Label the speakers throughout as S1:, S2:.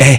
S1: Eh,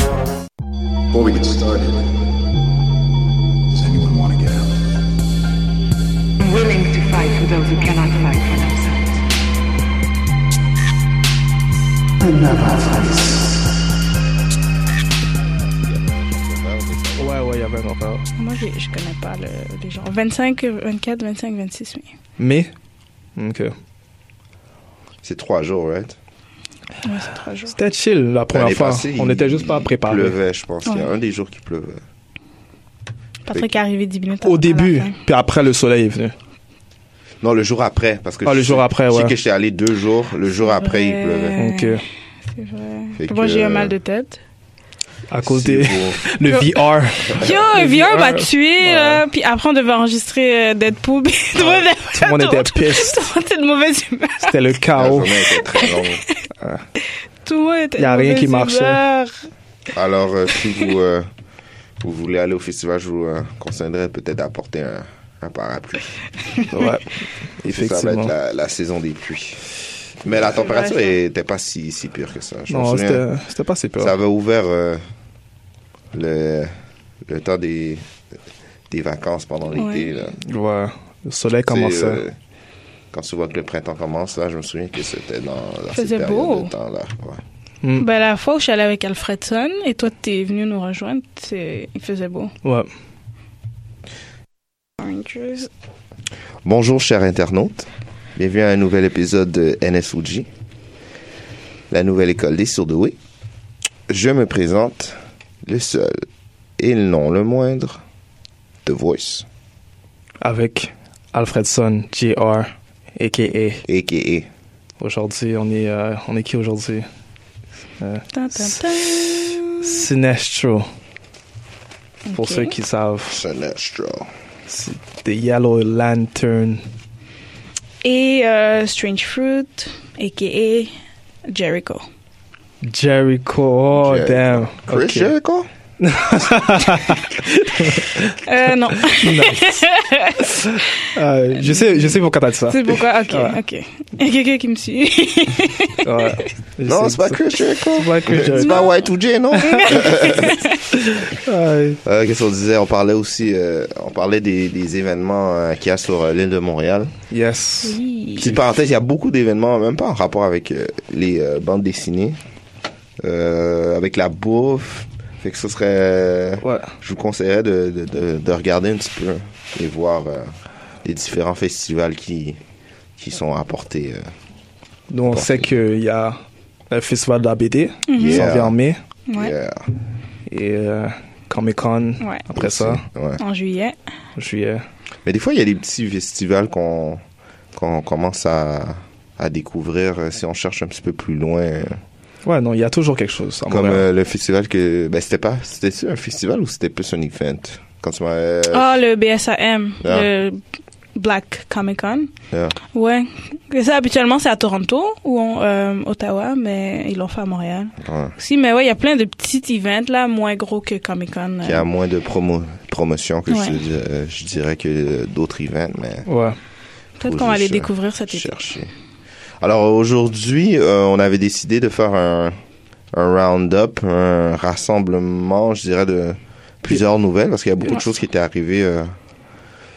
S2: Before we get started, does anyone want to get out?
S3: willing to fight for those who cannot fight for themselves.
S4: Ouais, ouais, il y avait un rapport.
S5: Moi, je, je connais pas le- les gens. 25, 24, 25, 26, oui.
S4: Mais, ok.
S6: C'est trois jours, right?
S5: Ouais, c'est trois jours.
S4: C'était chill la première
S6: L'année
S4: fois.
S6: passée,
S4: On
S6: il-
S4: était juste pas
S6: Il
S4: préparés.
S6: pleuvait, je pense. Il y a
S5: Ouais.
S6: un des jours qui pleuvait.
S5: Patrick est arrivé 10 minutes avant
S4: Au début,
S5: la fin.
S4: puis après le soleil est venu.
S6: Non, le jour après. Parce que
S4: Ah,
S6: je
S4: le jour
S6: sais-
S4: après,
S6: Je sais
S4: ouais.
S6: que j'étais allé deux jours. Le jour après, il pleuvait.
S4: Ok.
S5: Euh, C'est vrai.
S6: Fait
S5: Moi,
S6: que-
S5: j'ai un mal de tête.
S4: À cause
S6: C'est
S4: des.
S6: beau.
S4: Le VR.
S5: Yo, un VR m'a
S4: VR.
S5: tué, là. Puis après, on devait enregistrer euh, Deadpool. puis tout le monde était-
S4: Tout le monde était
S5: tout-
S4: pisse.
S5: Tout le monde était de mauvaise humeur.
S4: C'était le
S6: La
S4: chaos.
S6: journée était très longue.
S5: Tout le monde était
S4: Y a
S5: de
S4: rien qui
S5: mauvaise
S4: marchait.
S5: humeur.
S6: Alors, euh, si vous, euh, vous voulez aller au festival, je vous euh, conseillerais peut-être d'apporter un, un parapluie.
S4: Ouais.
S6: Et ça va
S4: Effectivement.
S6: être la, la saison des pluies. Mais la température
S5: vrai, ça.
S6: n'était pas si, si pire que ça. Je me
S4: Non,
S6: souviens,
S4: c'était c'était pas si peur.
S6: Ça avait ouvert euh, le, le temps des, des vacances pendant l'été. là.
S4: Ouais. Le soleil
S6: Tu sais,
S4: commençait.
S6: euh, quand tu vois que le printemps commence, là, je me souviens que c'était dans, dans cette
S5: Faisait
S6: période
S5: beau.
S6: de temps-là. ouais.
S4: Hmm. Mm,
S5: Ben, la fois où je suis allée avec Alfredson, et toi, t'es venu nous rejoindre, c'est- il faisait beau.
S4: Ouais.
S5: Oranges.
S6: Bonjour, chers internautes. Bienvenue à un nouvel épisode de NSOG, la nouvelle école des surdoués. Je me présente le seul et non le moindre de Voice,
S4: Avec Alfredson, JR, a.k.a.
S6: a.k.a.
S4: Aujourd'hui, on est, euh, on est qui aujourd'hui? Euh,
S5: Tan, tan, tan.
S4: Sinestro. Pour
S5: Ok.
S4: ceux qui savent,
S6: Sinestro.
S4: c'est des Yellow Lantern.
S5: Et euh, Strange Fruit, a.k.a. Jericho.
S4: Jericho, oh
S6: Jericho.
S4: damn.
S6: Chris
S4: Ok.
S6: Jericho?
S5: Euh, non.
S4: Euh, je sais, je sais pourquoi t'as dit ça.
S5: C'est pourquoi? Ok,
S4: Ouais.
S5: ok. Il y a quelqu'un qui me suit.
S4: Ouais. Je
S6: Non,
S4: sais
S6: c'est pas
S4: ça.
S6: Chris Jericho.
S4: C'est pas Chris
S6: C'est
S4: Jericho.
S6: pas Y2J, non?
S4: Ouais.
S6: Euh, Qu'est-ce qu'on disait? On parlait aussi, euh, on parlait des, des événements euh, qu'il y a sur euh, l'île de Montréal.
S4: Yes.
S6: Petite parenthèse, il y a beaucoup d'événements, même pas en rapport avec euh, les euh, bandes dessinées, euh, avec la bouffe. Fait que ce serait, euh,
S4: Ouais.
S6: je vous conseillerais de, de, de, de regarder un petit peu et voir euh, les différents festivals qui qui sont apportés. euh.
S4: Nous, on sait qu'il y a le festival de la BD
S6: Mm-hmm.
S4: qui s'en
S6: Yeah.
S4: vient en mai
S5: Ouais.
S6: Yeah.
S4: et euh, Comic Con
S5: Ouais.
S4: après ça,
S6: Ouais.
S5: En juillet.
S4: juillet.
S6: Mais des fois, il y a des petits festivals qu'on qu'on commence à, à découvrir euh, si on cherche un petit peu plus loin. euh,
S4: Ouais, non, il y a toujours quelque chose. à
S6: Comme
S4: Montréal.
S6: euh, le festival que. Ben, c'était pas. C'était-tu un festival ou c'était plus un event? Quand tu m'as. euh,
S5: Ah, le BSAM,
S6: Ah.
S5: le Black Comic Con.
S6: yeah.
S5: Ouais. Et ça, habituellement, c'est à Toronto ou en euh, Ottawa, mais ils l'ont fait à Montréal.
S6: Ouais.
S5: Si, mais ouais, il y a plein de petits events, là, moins gros que Comic Con.
S6: Qui a moins de promo promotion que
S5: Ouais.
S6: je, dis- euh, je dirais que euh, d'autres events, mais
S4: Ouais.
S5: Peut-être
S6: faut
S5: qu'on va
S6: juste,
S5: les
S6: euh,
S5: découvrir cet été.
S6: chercher. Alors aujourd'hui, euh, on avait décidé de faire un, un round-up, un rassemblement, je dirais, de plusieurs nouvelles, parce qu'il y a beaucoup de choses qui étaient arrivées euh,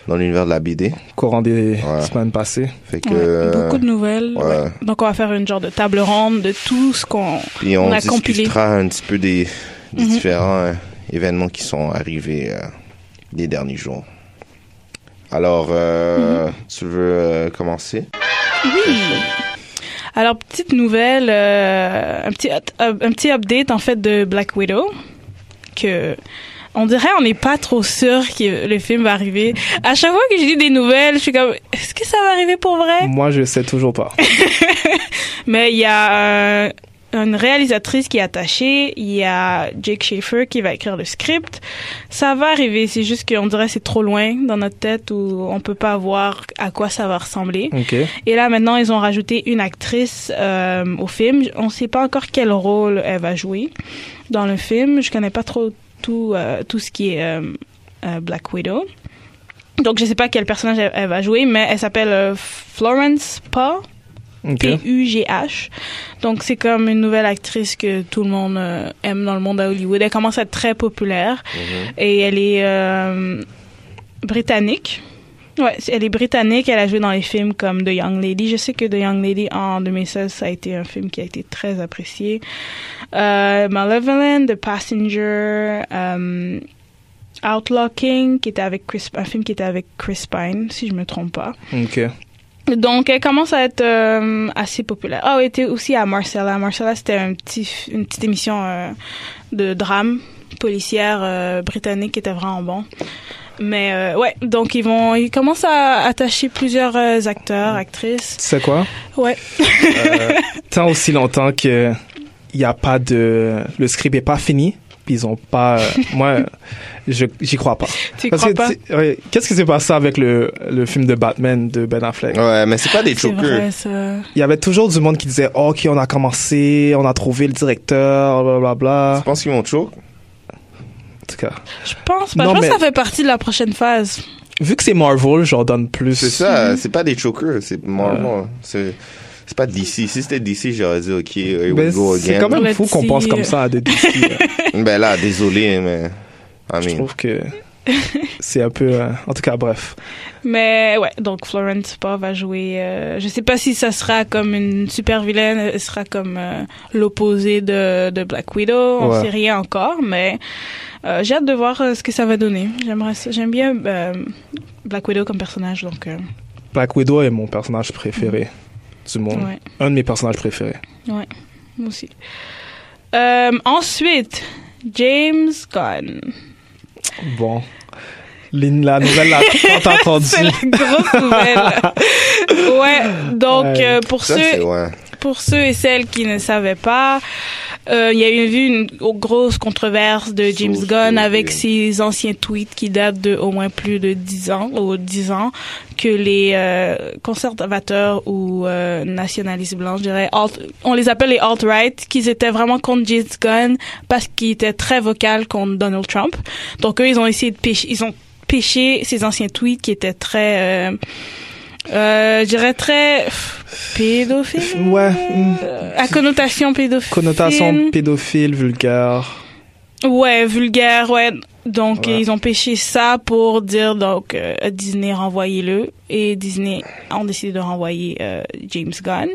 S6: dans l'univers de la BD.
S4: Courant des
S6: Ouais.
S4: semaines passées.
S6: Fait que.
S5: Ouais,
S6: euh,
S5: beaucoup de nouvelles.
S6: ouais.
S5: ouais. Donc, on va faire une genre de table ronde de tout ce qu'on.
S6: Puis on,
S5: On a compilé. Mhm.
S6: discutera un petit peu des, des différents euh, événements qui sont arrivés euh, les
S5: Mhm.
S6: derniers jours. Alors, euh, tu veux euh, commencer?
S5: Oui. Alors, petite nouvelle, euh, un, petit, up- up- un petit update en fait de Black Widow. Que on dirait on n'est pas trop sûr que le film va arriver. À chaque fois que je dis des nouvelles, je suis comme est-ce que ça va arriver pour vrai
S4: Moi, je sais toujours pas.
S5: Mais il y a euh, une réalisatrice qui est attachée, il y a Jake Schaefer qui va écrire le script. Ça va arriver, c'est juste qu'on dirait que c'est trop loin dans notre tête où on peut pas voir à quoi ça va ressembler.
S4: Ok.
S5: Et là, maintenant, ils ont rajouté une actrice euh, au film. On ne sait pas encore quel rôle elle va jouer dans le film. Je connais pas trop tout, euh, tout ce qui est euh, euh, Black Widow. Donc, je sais pas quel personnage elle, elle va jouer, mais elle s'appelle euh, Florence Pugh.
S4: Ok.
S5: P-U-G-H. Donc, c'est comme une nouvelle actrice que tout le monde euh, aime dans le monde à Hollywood. Elle commence à être très populaire et elle est euh, britannique. Ouais, c'est- elle est britannique. Elle a joué dans les films comme The Young Lady. Je sais que The Young Lady en 2016, ça a été un film qui a été très apprécié. Euh, Malevolent, The Passenger, euh, Outlaw King, qui était avec Chris, un film qui était avec Chris Pine, si je me trompe pas.
S4: Ok.
S5: Donc, elle commence à être euh, assez populaire. Ah, elle était aussi à Marcella. Marcella, c'était un petit, une petite émission euh, de drame policière euh, britannique qui était vraiment bon. Mais euh, ouais, donc ils vont, ils commencent à attacher plusieurs euh, acteurs, actrices.
S4: Tu sais quoi? Euh,
S5: Ouais.
S4: Tant aussi longtemps que il y a pas de, le script est pas fini, puis ils ont pas, euh, moi, je, j'y crois pas.
S5: Tu
S4: Parce
S5: crois
S4: que
S5: pas
S4: tu sais, ouais, qu'est-ce qui s'est passé avec le, le film de Batman de Ben Affleck?
S6: Ouais, mais c'est pas des
S5: C'est
S6: jokers.
S5: vrai ça.
S4: Il y avait toujours du monde qui disait, OK, on a commencé, on a trouvé le directeur,
S6: Je
S4: blablabla.
S6: pense qu'ils vont choke.
S4: En tout cas.
S5: Je pense pas.
S4: Non,
S5: je pense
S4: mais-
S5: que ça fait partie de la prochaine phase.
S4: Vu que c'est Marvel, j'en donne plus.
S6: C'est ça, c'est pas des chokers, c'est Marvel. C'est c'est pas DC. Si c'était DC, j'aurais dit OK, euh, here we
S4: Ben,
S6: go
S4: c'est quand
S6: again.
S4: même
S5: Let's
S4: fou qu'on pense
S5: see.
S4: comme ça à des DC. euh.
S6: Ben là, désolé, mais. I
S4: Je
S6: mean.
S4: trouve que c'est un peu. euh, en tout cas, bref.
S5: Mais ouais, donc Florence Pugh va jouer. euh, je sais pas si ça sera comme une super vilaine, elle sera comme euh, l'opposé de, de Black Widow. On
S4: Ouais.
S5: sait rien encore, mais euh, j'ai hâte de voir euh, ce que ça va donner. J'aimerais, ça- j'aime bien euh, Black Widow comme personnage, donc euh,
S4: Black Widow est mon personnage préféré du monde.
S5: ouais,
S4: Un de mes personnages préférés.
S5: moi aussi. Euh, ensuite, James Gunn.
S4: Bon. Lynn, la nouvelle l'a tant
S5: C'est
S4: entendue.
S5: la grosse nouvelle. ouais, donc
S4: Ouais.
S5: euh, pour
S6: Ça,
S5: ceux
S6: c'est ouais.
S5: Pour ceux et celles qui ne savaient pas, euh, il y a eu vu une grosse controverse de James
S6: Sauf
S5: Gunn
S6: que-
S5: avec ses anciens tweets qui datent de au moins plus de 10 ans, ou 10 ans, que les euh, conservateurs ou euh, nationalistes blancs, je dirais, alt- on les appelle les alt-right, qu'ils étaient vraiment contre James Gunn parce qu'il était très vocal contre Donald Trump. Donc eux, ils ont essayé de pêcher, ils ont pêché ses anciens tweets qui étaient très, euh, euh, je dirais très pff, pédophiles.
S4: Ouais. mm.
S5: Euh, à connotation pédophile.
S4: Connotation pédophile, vulgaire.
S5: Ouais, vulgaire, ouais. Donc
S4: Ouais.
S5: ils ont pêché ça pour dire donc euh, à Disney renvoyez-le et Disney ont décidé de renvoyer euh, James Gunn.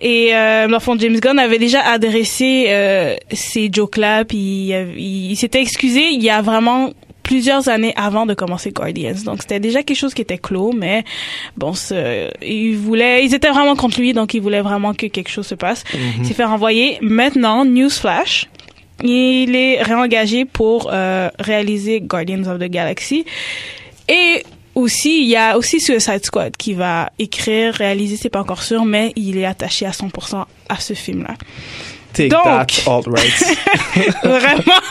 S5: Et euh, dans le fond, James Gunn avait déjà adressé euh, ces jokes-là, puis il, avait- il- il s'était excusé il y a vraiment plusieurs années avant de commencer Guardians. Donc c'était déjà quelque chose qui était clos, mais bon, ce- ils voulaient, ils étaient vraiment contre lui, donc ils voulaient vraiment que quelque chose se passe. Il s'est fait renvoyer. Maintenant, newsflash, il est réengagé pour euh, réaliser Guardians of the Galaxy. Et aussi, il y a aussi Suicide Squad qui va écrire, réaliser, c'est pas encore sûr, mais il est attaché à 100% à ce film-là.
S4: Take
S5: Donc.
S4: that, alt-right.
S5: Vraiment.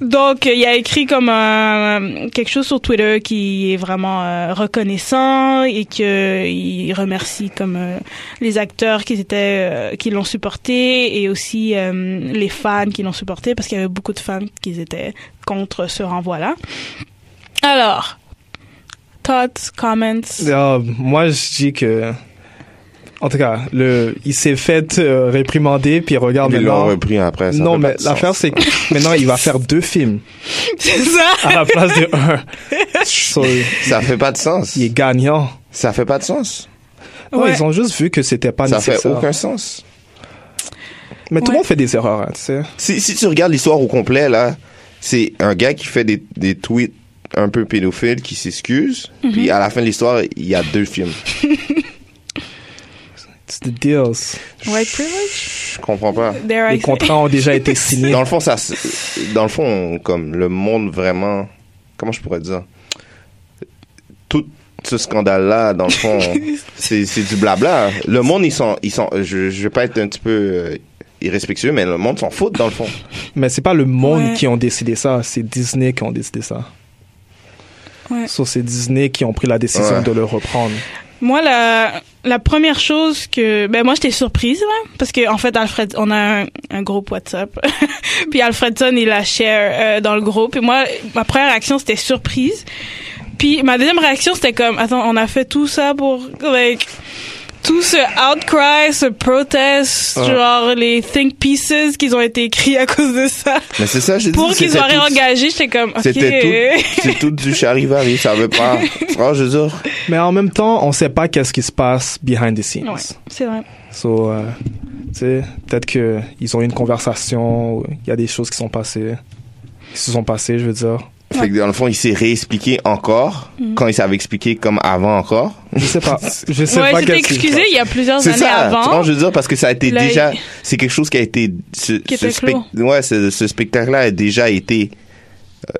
S5: Donc, il a écrit comme un, quelque chose sur Twitter qui est vraiment euh, reconnaissant et que il remercie comme euh, les acteurs qui étaient euh, qui l'ont supporté et aussi euh, les fans qui l'ont supporté parce qu'il y avait beaucoup de fans qui étaient contre ce renvoi-là. Alors, thoughts, comments.
S4: Ah, moi, je dis que. En tout cas, le, il s'est fait euh, réprimander, puis regarde
S6: Ils l'ont
S4: maintenant.
S6: repris après. ça
S4: Ah, non,
S6: fait pas
S4: mais
S6: de
S4: l'affaire,
S6: sens.
S4: c'est que maintenant, il va faire deux films
S5: C'est ça.
S4: à la place de un. So,
S6: Ça fait pas de sens.
S4: il est gagnant.
S6: Ça fait pas de sens.
S4: Non,
S5: Ouais.
S4: ils ont juste vu que c'était pas
S6: Ça fait
S4: nécessaire.
S6: aucun sens.
S4: Mais tout
S5: Ouais.
S4: le monde fait des erreurs, hein, tu sais.
S6: Si, si tu regardes l'histoire au complet, là, c'est un gars qui fait des, des tweets un peu pédophiles qui s'excuse, puis à la fin de l'histoire, il y a deux films.
S4: What's the deals?
S5: White privilege?
S6: Je comprends pas.
S5: There I
S4: Les
S5: say.
S4: contrats ont déjà été signés.
S6: Dans le fond, ça, se- dans le fond, comme le monde vraiment, comment je pourrais dire, tout ce scandale-là, dans le fond, c'est c'est du blabla. Le monde, ils sont, ils sont, je, je vais pas être un petit peu euh, irrespectueux, mais le monde s'en fout dans le fond.
S4: Mais c'est pas le monde
S5: Ouais.
S4: qui ont décidé ça, c'est Disney qui ont décidé ça.
S5: Ouais.
S4: So, c'est Disney qui ont pris la décision
S6: Ouais.
S4: de le reprendre.
S5: Moi, la, la première chose que... Ben, moi, j'étais surprise, ouais, parce que en fait, Alfred, on a un, un groupe WhatsApp. puis Alfredson, il la share euh, dans le groupe. Et moi, ma première réaction, c'était surprise. Puis ma deuxième réaction, c'était comme... Attends, on a fait tout ça pour... Like, tout ce outcry, ce protest,
S6: Ah.
S4: Ouais.
S5: genre les think pieces qu'ils ont été écrits à cause de ça.
S6: Mais c'est ça, j'ai dit.
S5: Pour qu'ils
S6: c'était
S5: soient
S6: tout-
S5: réengagés, j'étais comme... ok
S6: C'était tout, c'est tout du charivari, ça veut pas. Franchement, je veux dire,
S4: Mais en même temps, on sait pas qu'est-ce qui se passe behind the scenes.
S5: Ouais, c'est vrai.
S4: So, euh, tu sais, peut-être que ils ont eu une conversation, ou il y a des choses qui sont passées, qui se sont passées, je veux dire.
S6: fait que dans le fond, il s'est réexpliqué encore,
S5: Mm.
S6: quand il savait expliquer comme avant encore.
S4: Je sais pas. Je sais
S5: Ouais,
S4: pas
S5: c'était
S4: qu'est-ce qui se
S5: excusé il y a plusieurs
S6: C'est
S5: années
S6: ça, tu
S5: avant.
S6: vois, je veux dire, parce que ça a été
S5: Là,
S6: déjà,
S5: il-
S6: c'est quelque chose qui a été, ce,
S5: Qui
S6: ce
S5: était
S6: spec-
S5: clos.
S6: ouais, ce, ce spectacle-là a déjà été, euh,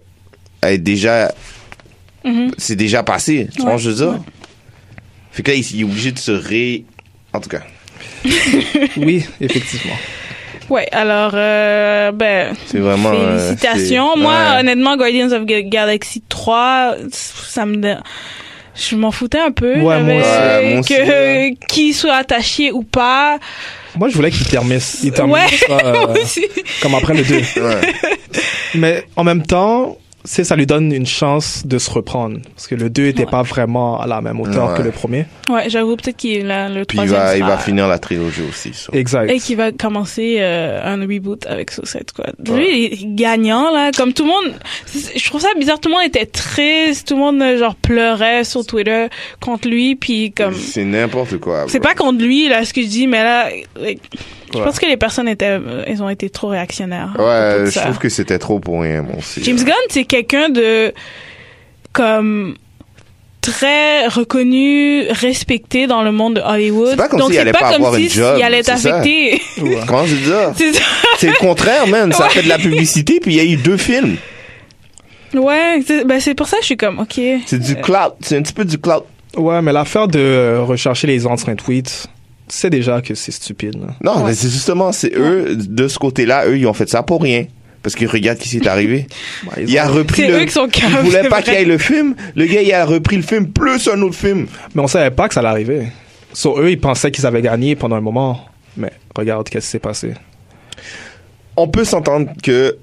S6: a déjà,
S5: Mhm.
S6: c'est déjà passé, tu vois,
S5: Ouais,
S6: je veux dire.
S5: ouais.
S6: Fait que là, il, il est obligé de se ré, en tout cas.
S4: passe. Oui, effectivement.
S5: Ouais, alors, euh, ben,
S6: C'est vraiment, euh,
S5: félicitations.
S6: c'est-
S5: Moi,
S6: ouais.
S5: honnêtement, Guardians of Ga- Galaxy 3, ça me... dé- Je m'en foutais un peu.
S4: Ouais, moi
S5: J'avais-
S4: aussi.
S6: Ouais, moi aussi,
S5: que
S6: ouais.
S5: qui soit attaché ou pas.
S4: Moi, je voulais qu'ils terminent, ils terminent
S5: Ouais,
S4: ça, euh,
S5: aussi.
S4: comme après le 2.
S6: Ouais.
S4: Mais en même temps, c'est ça lui donne une chance de se reprendre. Parce que le 2 était
S5: Ouais.
S4: pas vraiment à la même hauteur
S6: Ouais.
S4: que le premier.
S5: Ouais, j'avoue peut-être qu'il a le
S6: Puis il
S5: troisième.
S6: va, il
S5: sera-
S6: va finir la trilogie aussi. ça.
S4: Exact.
S5: Et qui va commencer euh, un reboot avec Suicide Squad. Lui, il est gagnant là, comme tout le monde. c'est- Je trouve ça bizarre. Tout le monde était triste, tout le monde euh, genre pleurait sur Twitter contre lui, puis comme.
S6: C'est n'importe quoi.
S5: C'est
S6: bro.
S5: pas contre lui là ce que je dis, mais là, like, je pense que les personnes étaient, euh, elles ont été trop réactionnaires. à propos de
S6: Ouais, je
S5: Ah, ça.
S6: trouve que c'était trop pour rien, mon aussi.
S5: James Gunn, c'est quelqu'un de comme très reconnu, respecté dans le monde de Hollywood.
S6: C'est pas comme
S5: Donc
S6: s'il
S5: c'est
S6: allait pas
S5: pas
S6: avoir
S5: comme
S6: une
S5: si
S6: job,
S5: il allait
S6: c'est
S5: être
S6: ça.
S5: affecté.
S4: Ouais.
S6: Comment je veux dire?
S5: C'est ça.
S6: C'est le contraire, man. Ça fait de la publicité, puis il y a eu deux films.
S5: Ouais, c'est ben, c'est pour ça que je suis comme, ok.
S6: C'est du
S5: Euh.
S6: clout. C'est un petit peu du clout.
S4: Ouais, mais l'affaire de euh, rechercher les anciens tweets, tu sais déjà que c'est stupide. là.
S6: Non,
S5: Ouais.
S6: mais c'est justement, c'est eux, de ce côté-là, eux, ils ont fait ça pour rien. Parce qu'ils regardent qui s'est arrivé.
S4: Bah, ils
S6: Il a
S4: ont-
S6: repris
S5: C'est
S6: le.
S5: eux qui sont
S6: il
S5: caves,
S6: voulait
S5: c'est
S6: pas
S5: vrai.
S6: qu'il aille le film. Le gars, il a repris le film plus un autre film.
S4: Mais on savait pas que ça allait arriver. Sur eux, ils pensaient qu'ils avaient gagné pendant un moment. Mais regarde qu'est-ce qui s'est passé.
S6: On peut s'entendre que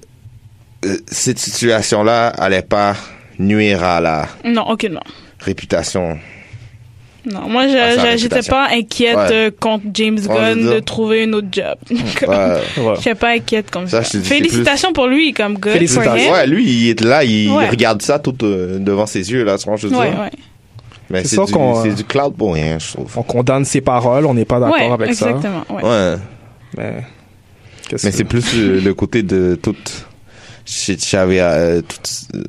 S6: euh, cette situation-là allait pas nuire à la
S5: Non, ok, non.
S6: réputation.
S5: Non, moi, je-
S6: Ah, ça,
S5: je- j'étais
S6: réputation.
S5: pas inquiète
S6: Ouais.
S5: euh, contre James
S6: Ouais, je veux
S5: Gunn de
S6: dire.
S5: trouver une autre job. Comme,
S6: Ouais.
S4: Ouais.
S5: J'étais pas inquiète comme
S6: Ça,
S5: ça.
S6: je te dis, c'est
S5: Félicitations pour lui, comme good for
S4: Félicitations.
S5: him.
S6: Ouais, lui, il est là, il
S5: Ouais.
S6: regarde ça tout euh, devant ses yeux, là, franchement, je veux
S5: Ouais,
S6: dire.
S5: ouais.
S6: Mais
S4: C'est
S6: c'est
S4: ça
S6: du,
S4: qu'on, euh,
S6: c'est du cloud pour rien, je trouve.
S4: On condamne ses paroles, on n'est pas d'accord
S5: Ouais,
S4: avec ça.
S5: exactement. Ouais.
S6: Ouais.
S4: Mais, qu'est-ce
S6: Mais
S4: que-
S6: c'est plus euh, le côté de tout. shit, J'avais euh, tout, euh,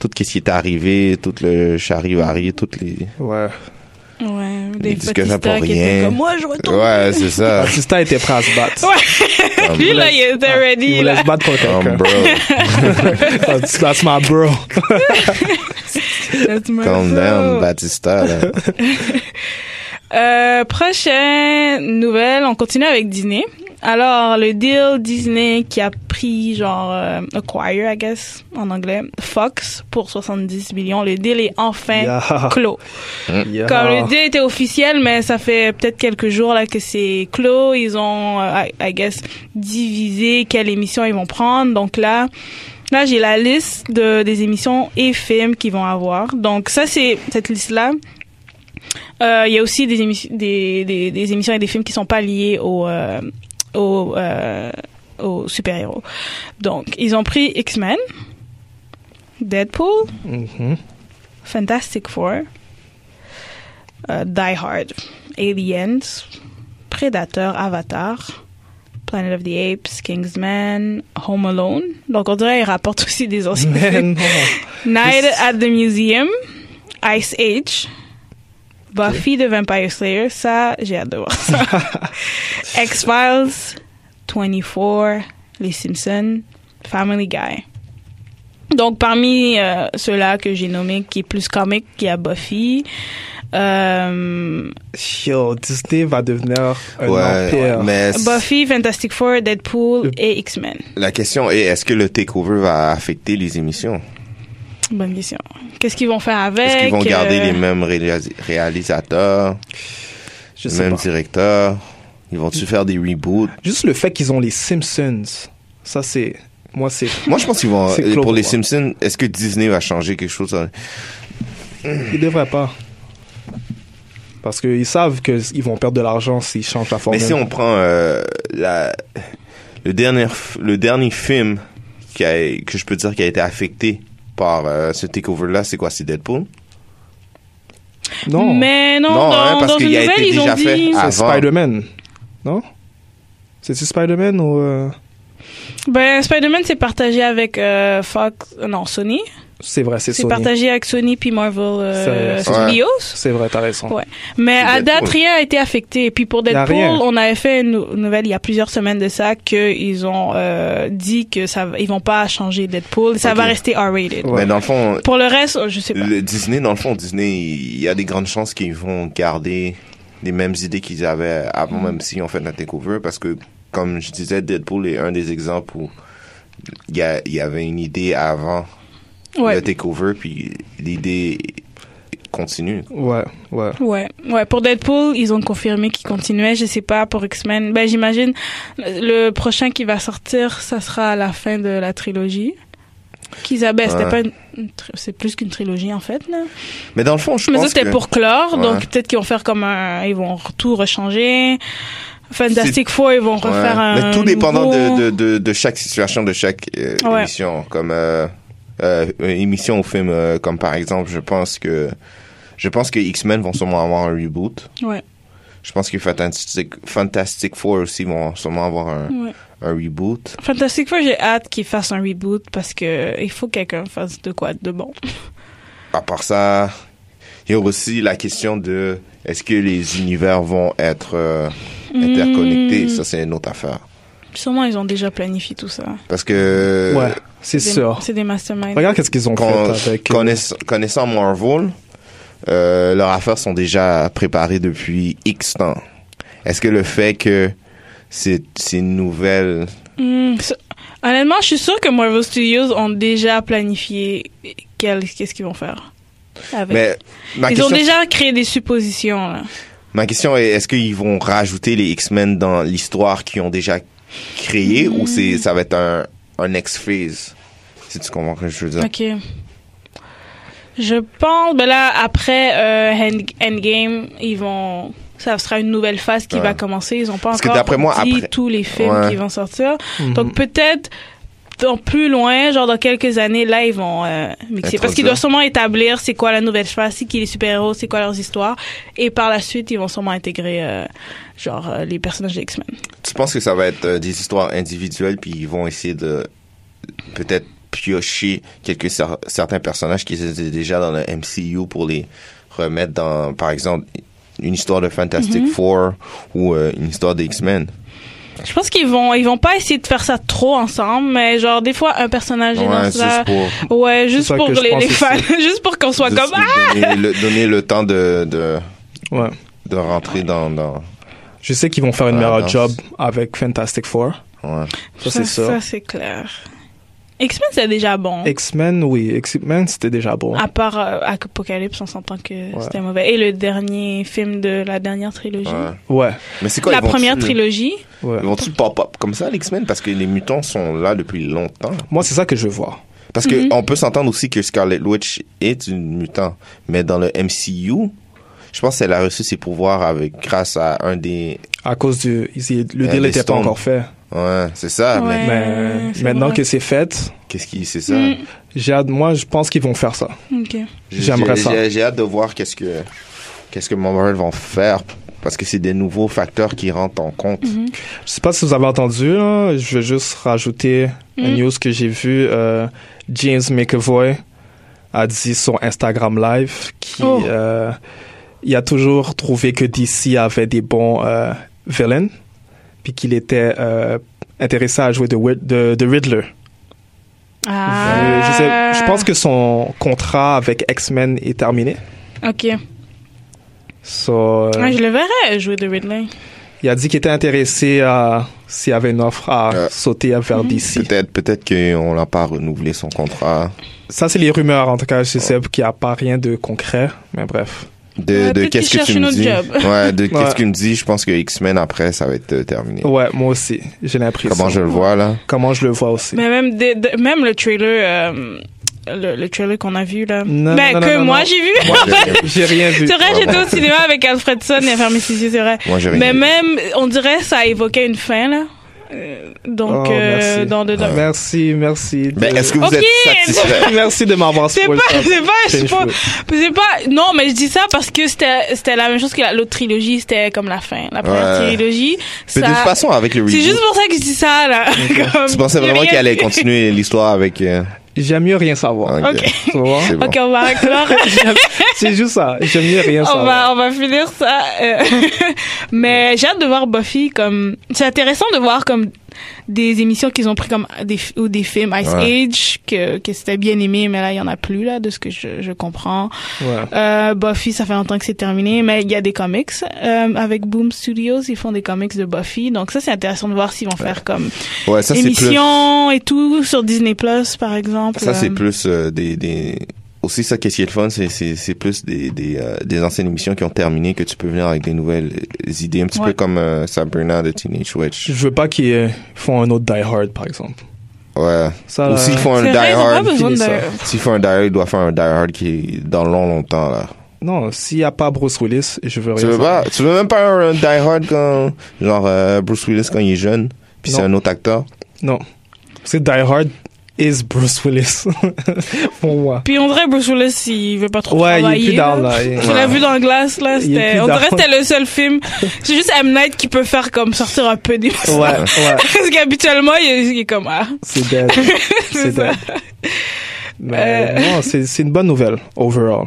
S6: tout ce qui est arrivé, tout le charivari, toutes les.
S4: Ouais.
S5: Ouais,
S6: Ils
S5: des
S6: disent que ça
S5: Batista
S6: pour
S5: qui
S6: rien.
S5: étaient comme moi, je retourne.
S6: Ouais, c'est ça.
S4: Batista Ah, était prêt à se battre.
S5: Ouais,
S6: Comme-
S5: Lui, là, il était
S4: Ouais, il
S5: ready.
S4: voulait
S5: Là.
S4: se battre contre
S6: Comme
S4: quelqu'un.
S6: bro,
S4: That's that's my bro.
S5: Let's move
S6: calm
S5: on.
S6: down, Batista. là.
S5: Euh, prochaine nouvelle, on continue avec Disney. Alors, le deal Disney qui a pris, genre, euh, acquire, I guess, en anglais, Fox pour 70 millions. Le deal est enfin
S4: Yeah.
S5: clos.
S4: Yeah.
S5: Comme le deal était officiel, mais ça fait peut-être quelques jours là que c'est clos. Ils ont, euh, I, I guess, divisé quelles émissions ils vont prendre. Donc là, là j'ai la liste de, des émissions et films qu'ils vont avoir. Donc ça, c'est cette liste-là. Euh, Il y a aussi des, émissions des, des, des émissions et des films qui sont pas liés au, euh, au, euh, aux super-héros. Donc, ils ont pris X-Men, Deadpool,
S4: Mhm.
S5: Fantastic Four, euh, Die Hard, Aliens, Predator, Avatar, Planet of the Apes, Kingsman, Home Alone. Donc on dirait qu'ils rapportent aussi des anciens
S4: Mais
S5: films.
S4: non.
S5: Night at the Museum, Ice Age, Buffy the Vampire Slayer, ça, j'ai hâte de voir ça. X-Files, 24, Les Simpsons, Family Guy. Donc, parmi euh, ceux-là que j'ai nommés, qui est plus comique, qui a Buffy, euh,
S4: Yo, Disney va devenir un empire.
S6: mais c-
S5: Buffy, Fantastic Four, Deadpool et X-Men.
S6: la question est est-ce que le takeover va affecter les émissions
S5: Bonne question. Qu'est-ce qu'ils vont faire avec
S6: Est-ce qu'ils vont garder
S5: euh,
S6: les mêmes réalis- réalisateurs,
S4: Je
S6: les
S4: sais
S6: mêmes
S4: pas.
S6: directeurs Ils vont-tu faire des reboots
S4: Juste le fait qu'ils ont les Simpsons, ça c'est... Moi c'est...
S6: Moi, je pense qu'ils vont. euh,
S4: C'est clos
S6: Pour
S4: pour
S6: les
S4: moi.
S6: Simpsons, est-ce que Disney va changer quelque chose hein?
S4: Ils devraient pas. Parce qu'ils savent qu'ils vont perdre de l'argent s'ils changent la
S6: Mais
S4: formule.
S6: si on prend euh, la, le, dernier, f- le dernier film qui a- que je peux dire qui a été affecté par euh, ce takeover-là, c'est quoi C'est Deadpool
S4: Non,
S5: Mais non, dans,
S6: hein,
S5: dans une
S6: a été
S5: nouvelle, ils
S6: déjà
S5: ont dit.
S6: fait
S4: c'est
S6: avant.
S4: Spider-Man. Non C'est-tu Spider-Man ou... euh,
S5: Ben, Spider-Man, c'est partagé avec euh, Fox. euh, Non, Sony.
S4: C'est vrai, c'est
S5: C'est
S4: Sony.
S5: partagé avec Sony puis Marvel euh,
S4: C'est-
S6: ouais.
S5: Studios.
S4: C'est vrai, t'as raison.
S5: Ouais. Mais à
S6: Deadpool.
S5: date, rien a été affecté. Et puis pour
S4: Y a
S5: Deadpool,
S4: rien.
S5: on avait fait une nou- nouvelle il y a plusieurs semaines de ça qu'ils ont euh, dit que ça, va- ils vont pas changer Deadpool. Ça
S6: Ok.
S5: va rester R-rated.
S4: Ouais.
S6: Mais dans le fond,
S5: Pour le reste, euh, je sais pas.
S6: le Disney, dans le fond, Disney, il y a des grandes chances qu'ils vont garder les mêmes idées qu'ils avaient
S5: Mm.
S6: avant, même s'ils ont fait un takeover, parce que, comme je disais, Deadpool est un des exemples où il y, a- il y avait une idée avant
S5: Ouais.
S6: le takeover, puis l'idée continue.
S4: Ouais, ouais.
S5: Ouais, ouais. Pour Deadpool, ils ont confirmé qu'ils continuaient. Je sais pas pour X-Men. Ben j'imagine le prochain qui va sortir, ça sera à la fin de la trilogie. Qu'ils abaissent.
S6: Ouais.
S5: C'était pas, une- une tri- c'est plus qu'une trilogie en fait là.
S6: Mais dans le fond, je
S5: Mais ça
S6: pense
S5: c'était
S6: que
S5: pour clore,
S6: Ouais.
S5: donc peut-être qu'ils vont faire comme un, ils vont tout rechanger. Fantastic Four, ils vont
S6: Ouais.
S5: refaire un.
S6: Mais tout dépendant
S5: nouveau.
S6: de, de, de, de chaque situation, de chaque euh,
S5: Ouais.
S6: émission, comme euh, euh, émission ou film, euh, comme par exemple, je pense que je pense que X-Men vont sûrement avoir un reboot.
S5: Ouais,
S6: Je pense que Fantastic, Fantastic Four aussi vont sûrement avoir un,
S5: ouais.
S6: un reboot.
S5: Fantastic Four, j'ai hâte qu'ils fassent un reboot parce que il faut que quelqu'un fasse de quoi de bon.
S6: À part ça, il y a aussi la question de est-ce que les univers vont être euh, interconnectés
S5: Mm.
S6: Ça, c'est une autre affaire.
S5: Sûrement ils ont déjà planifié tout ça.
S6: Parce que
S4: ouais, c'est
S5: Des-
S4: sûr.
S5: C'est des masterminds.
S4: Regarde qu'est-ce qu'ils ont
S6: Con-
S4: fait avec... euh,
S6: connaiss- connaissant Marvel, euh, leurs affaires sont déjà préparées depuis X temps. Est-ce que le fait que c'est c'est une nouvelle...
S5: Hmm, ça- Honnêtement, je suis sûre que Marvel Studios ont déjà planifié quel- qu'est-ce qu'ils vont faire. avec.
S6: Mais ma
S5: Ils ont
S6: question,
S5: déjà créé des suppositions. Là.
S6: ma question est, est-ce qu'ils vont rajouter les X-Men dans l'histoire qu'ils ont déjà créée ou c'est ça va être un, un X-Phase? Si tu comprends ce que je veux dire.
S5: Ok. Je pense, ben là, après euh, End- Endgame, ils vont, ça sera une nouvelle phase qui
S6: Ouais.
S5: va commencer. Ils ont pas
S6: Parce que
S5: encore
S6: d'après moi,
S5: dit
S6: après-
S5: tous les films
S6: Ouais.
S5: qui vont sortir.
S4: Mhm.
S5: Donc peut-être dans plus loin, genre dans quelques années, là ils vont euh, mixer parce qu'ils
S6: Introduire.
S5: doivent sûrement établir c'est quoi la nouvelle phase, c'est qui les super-héros, c'est quoi leurs histoires, et par la suite ils vont sûrement intégrer euh, genre euh, les personnages des X-Men.
S6: Tu penses que ça va être euh, des histoires individuelles, puis ils vont essayer de peut-être piocher quelques cer- certains personnages qui étaient déjà dans le MCU pour les remettre dans, par exemple, une histoire de Fantastic
S5: Mhm.
S6: Four ou euh, une histoire des X-Men.
S5: Je pense qu'ils vont ils vont pas essayer de faire ça trop ensemble, mais genre des fois un personnage est dans
S6: Ouais,
S5: ça.
S6: juste pour
S5: Ouais, juste
S4: ça
S5: pour
S4: que je
S5: les,
S4: pense
S5: les
S4: aussi.
S5: fans, juste pour qu'on soit
S6: juste
S5: comme ah
S6: donner, le, donner le temps de, de,
S4: euh, Ouais.
S6: de rentrer dans... dans
S4: Je sais qu'ils vont faire une
S6: Ah,
S4: meilleure
S6: non,
S4: job avec Fantastic Four.
S6: ouais.
S4: Ça, c'est sûr.
S5: ah! ça c'est clair. X-Men c'est déjà bon.
S4: X-Men, oui. X-Men, c'était déjà bon.
S5: À part euh, Apocalypse, on s'entend que
S4: Ouais.
S5: c'était mauvais. Et le dernier film de la dernière trilogie.
S6: ouais.
S4: Ouais,
S6: Mais c'est quoi
S5: la
S6: ils vont-tu-
S5: première trilogie.
S4: ouais.
S6: Ils vont-tu pop-up comme ça, les X-Men? Parce que les mutants sont là depuis longtemps.
S4: Moi, c'est ça que je veux voir.
S6: Parce
S5: Mhm.
S6: que on peut s'entendre aussi que Scarlet Witch est une mutant, mais dans le MCU, je pense qu'elle a reçu ses pouvoirs avec grâce à un des.
S4: À cause du. il- Le
S6: Euh,
S4: deal
S6: les
S4: n'était pas
S6: Stones.
S4: encore fait.
S6: Ouais, c'est ça.
S5: Ouais.
S6: Mais
S5: Euh,
S4: Mais
S5: c'est
S4: maintenant
S5: vrai.
S4: que c'est fait,
S6: qu'est-ce qui, c'est ça
S5: Mm.
S4: j'ai hâte- moi, je pense qu'ils vont faire ça.
S5: Ok.
S6: J'ai-
S4: J'aimerais
S6: j'ai-
S4: ça.
S6: J'ai, j'ai hâte de voir qu'est-ce que qu'est-ce que Marvel vont faire parce que c'est des nouveaux facteurs qui rentrent en compte.
S5: Mm.
S4: Je sais pas si vous avez entendu, là, je veux juste rajouter une news que j'ai vue. euh, James McAvoy a dit sur Instagram Live qu'il
S5: Oh.
S4: euh, il a toujours trouvé que DC avait des bons euh, villains, puis qu'il était euh, intéressé à jouer de, Wi- de, de Riddler.
S5: Ah.
S4: Euh, je, sais- je pense que son contrat avec X-Men est terminé.
S5: Ah, Ok.
S4: So, euh,
S5: Ouais, je le verrais jouer de Ridley.
S4: il a dit qu'il était intéressé à s'il y avait une offre à
S6: Euh.
S4: sauter vers
S5: Hmm.
S4: DC.
S6: Peut-être, peut-être qu'on l'a pas renouvelé son contrat.
S4: Ça, c'est les rumeurs, en tout cas.
S6: Oh.
S4: Je sais qu'il n'y a pas rien de concret, mais bref.
S6: De,
S5: Ouais,
S6: de
S5: peut-être
S6: qu'est-ce
S5: qu'il
S6: que tu
S5: cherche
S6: me
S5: un autre
S6: dis
S5: job.
S6: Ouais, de
S4: Ouais. Oh,
S6: qu'est-ce que tu me dis Je pense que X-Men après, ça va être euh, terminé.
S4: Ouais, moi aussi, j'ai l'impression.
S6: Comment je le vois là
S4: Comment je le vois aussi.
S5: Mais même, des- de- même le trailer, euh, le, le trailer qu'on a vu là.
S4: Non,
S5: ben,
S4: non, non,
S5: que
S4: non,
S5: moi
S4: non.
S5: j'ai vu.
S6: Moi, j'ai-
S4: J'ai rien vu.
S5: C'est vrai,
S6: Ah,
S5: j'étais
S6: bon.
S5: au cinéma avec Alfredson et à fermer ses yeux, c'est vrai.
S6: Moi, j'ai rien
S5: Mais
S6: vu.
S5: même, on dirait ça évoquait une fin là. Euh, donc,
S4: Oh,
S5: euh,
S4: merci.
S5: dans le.
S6: Ah.
S5: dans-
S4: Merci, merci.
S6: Mais
S4: de-
S6: Ben, est-ce que vous
S5: Ok.
S6: êtes satisfait
S4: Merci de m'avoir
S5: C'est
S4: spoil
S5: pas,
S4: ça.
S5: c'est pas, c'est
S4: Change
S5: pas,
S4: food.
S5: c'est pas, non, mais je dis ça parce que c'était, c'était la même chose que la- l'autre trilogie, c'était comme la fin, la première
S6: Ouais.
S5: trilogie.
S6: Mais de
S5: ça-
S6: toute façon, avec le
S5: c'est
S6: reboot,
S5: juste pour ça que je dis ça, là. Comme,
S6: tu pensais
S5: j'ai
S6: vraiment
S5: rien
S6: qu'il allait
S5: dit.
S6: continuer l'histoire avec. euh,
S4: J'aime mieux rien savoir.
S6: Ok.
S5: Ok.
S4: Tu vois?
S6: C'est bon.
S5: Ok, on va clore.
S4: C'est juste ça. J'aime mieux rien
S5: on
S4: savoir.
S5: va, on va finir ça. euh, mais j'ai hâte de voir Buffy comme, c'est intéressant de voir comme des émissions qu'ils ont pris comme des, ou des films Ice
S6: Ouais.
S5: Age, que, que c'était bien aimé, mais là, il y en a plus, là, de ce que je, je comprends.
S4: Ouais.
S5: Euh, Buffy, ça fait longtemps que c'est terminé, mais il y a des comics euh, avec Boom Studios, ils font des comics de Buffy, donc ça c'est intéressant de voir s'ils vont faire comme
S6: Ouais, ça c'est plus.
S5: émissions et tout sur Disney Plus par exemple.
S6: Ça c'est
S5: Euh,
S6: plus euh, des, des. Aussi, ça, qu'est-ce qui est le fun, c'est- c'est c'est plus des, des, euh, des anciennes émissions qui ont terminé que tu peux venir avec des nouvelles euh, idées, un petit
S5: Ouais.
S6: peu comme euh, Sabrina de Teenage Witch.
S4: Je veux pas qu'ils euh, font un autre Die Hard, par exemple.
S6: Ouais.
S4: Ça,
S6: Ou
S4: là,
S6: s'ils font un
S5: C'est
S6: Die
S5: vrai, ils ont pas
S6: Hard.
S5: besoin
S6: finissez
S5: de-
S6: ça. S'ils font un Die Hard, ils doivent faire un Die Hard qui est dans long, longtemps, là.
S4: Non, s'il y a pas Bruce Willis, je veux rien
S6: Tu veux
S4: savoir.
S6: pas, tu veux même pas un Die Hard quand, genre, euh, Bruce Willis quand il est jeune, puis c'est
S4: Non.
S6: un autre acteur.
S4: Non. C'est Die Hard is Bruce Willis. Pour moi.
S5: Puis on dirait Bruce Willis, il veut pas trop
S4: Ouais, il est
S5: travailler.
S4: plus down, là.
S5: Tu l'as vu dans le glace
S4: Il
S5: là,
S4: est
S5: c'était
S4: plus
S5: on dirait
S4: down.
S5: c'était le seul film. C'est juste M Night qui peut faire comme sortir un peu des
S4: Ouais, ouais.
S5: parce qu'habituellement il est, il est comme ah.
S4: C'est dead. C'est
S5: ça.
S4: dead. Mais
S5: Euh.
S4: non, c'est c'est une bonne nouvelle, overall.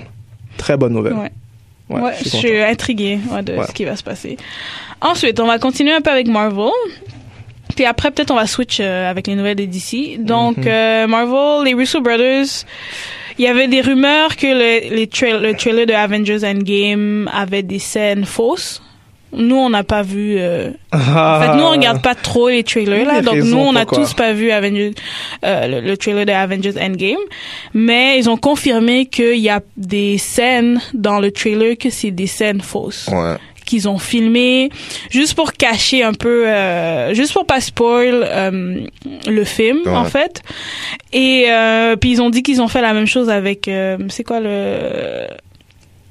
S4: Très bonne nouvelle.
S5: Ouais.
S4: Ouais,
S5: Ouais,
S4: je suis
S5: je suis intriguée ouais, de
S4: Ouais.
S5: ce qui va se passer. Ensuite, on va continuer un peu avec Marvel. Puis après, peut-être on va switch euh, avec les nouvelles de DC. Donc,
S4: Mhm.
S5: euh, Marvel, les Russo Brothers, il y avait des rumeurs que le, les trail- le trailer de Avengers Endgame avait des scènes fausses. Nous, on n'a pas vu... euh, en fait, nous, on regarde pas trop les trailers, là.
S4: Les
S5: Donc,
S4: raisons
S5: nous, on a
S4: pourquoi.
S5: tous pas vu Avengers, euh, le, le trailer de Avengers Endgame. Mais ils ont confirmé qu'il y a des scènes dans le trailer que c'est des scènes fausses.
S6: Ouais.
S5: Qu'ils ont filmées juste pour cacher un peu, euh, juste pour pas spoil euh, le film,
S6: Ouais.
S5: en fait. Et euh, puis, ils ont dit qu'ils ont fait la même chose avec... euh, c'est quoi le...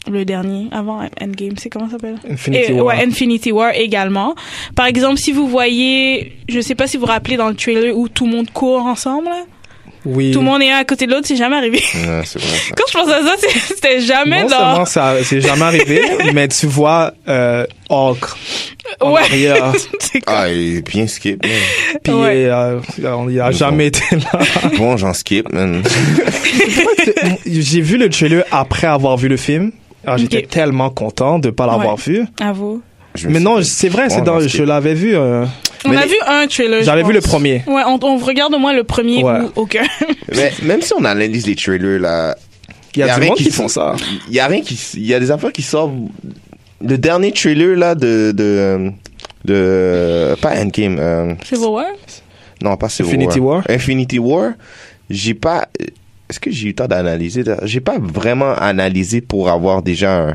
S5: Le dernier, avant Endgame, c'est comment ça s'appelle
S4: Infinity
S5: et-
S4: War.
S5: Ouais, Infinity War également. Par exemple, si vous voyez, je sais pas si vous vous rappelez dans le trailer où tout le monde court ensemble, là.
S4: Oui.
S5: tout le monde est un à côté de l'autre, c'est jamais arrivé.
S6: Ouais, c'est vrai. ça.
S5: Quand je pense à ça, c'est- c'était jamais
S4: non
S5: dans.
S4: seulement ça, c'est jamais arrivé, mais tu vois euh, Hulk en
S5: Ouais.
S4: arrière,
S5: C'est quoi?
S6: Ah, il est bien skip, man.
S4: puis
S5: Ouais.
S4: euh, on y a
S6: Ils
S4: jamais
S6: ont-
S4: été là.
S6: Ah, Bon, j'en skip, man.
S4: J'ai vu le trailer après avoir vu le film. Alors, j'étais
S5: Ok.
S4: tellement content de pas l'avoir
S5: Ouais.
S4: vu.
S5: À vous.
S6: Je me
S4: Mais
S6: suis
S4: non,
S6: dit,
S4: c'est vrai, c'est
S6: bon,
S4: dans,
S6: j'en
S4: je
S6: skip.
S4: l'avais vu. euh,
S5: On
S6: Mais
S5: a
S6: les-
S5: vu un trailer. je
S4: J'avais vu
S5: pense.
S4: le premier.
S5: Ouais, on, on regarde au moins le premier
S4: Ouais.
S5: ou aucun.
S6: Mais même si on analyse les trailers, là,
S4: Il y a,
S6: Y a
S4: du
S6: rien
S4: monde
S6: qui
S4: qui,
S6: se-
S4: font ça.
S6: il y a rien qui, s- il y a des affaires qui sortent. Le dernier trailer, là, de, de, euh, de, euh, pas Endgame, euh,
S5: C'est hein? vrai, ouais.
S6: non, pas Civil
S4: Infinity War.
S6: Infinity War, j'ai pas, euh, est-ce que j'ai eu le temps d'analyser? là? J'ai pas vraiment analysé pour avoir déjà un,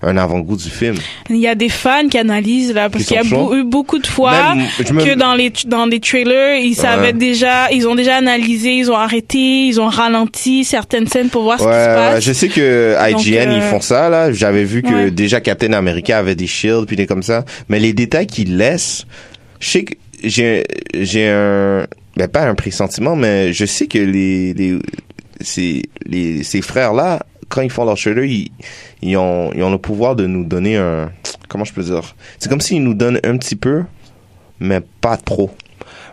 S6: un avant-goût du film.
S5: Il y a des fans qui analysent là parce
S6: Qui
S5: qu'il y a
S6: sont chauds.
S5: beau- eu beaucoup de fois
S6: Même, je me-
S5: que dans les dans des trailers ils savaient déjà ils ont déjà analysé ils ont arrêté ils ont ralenti certaines scènes pour voir ce
S6: Ouais,
S5: qui se
S6: ouais,
S5: passe.
S6: je sais que IGN
S5: Donc,
S6: ils
S5: euh,
S6: font ça là. J'avais vu que
S5: Ouais.
S6: déjà Captain America avait des shields puis des comme ça. Mais les détails qu'ils laissent, je sais que j'ai j'ai un ben pas un pressentiment, mais je sais que les les ces les ces frères là quand ils font leur trailer, ils ils ont ils ont le pouvoir de nous donner un comment je peux dire. C'est comme s'ils nous donnent un petit peu, mais pas trop.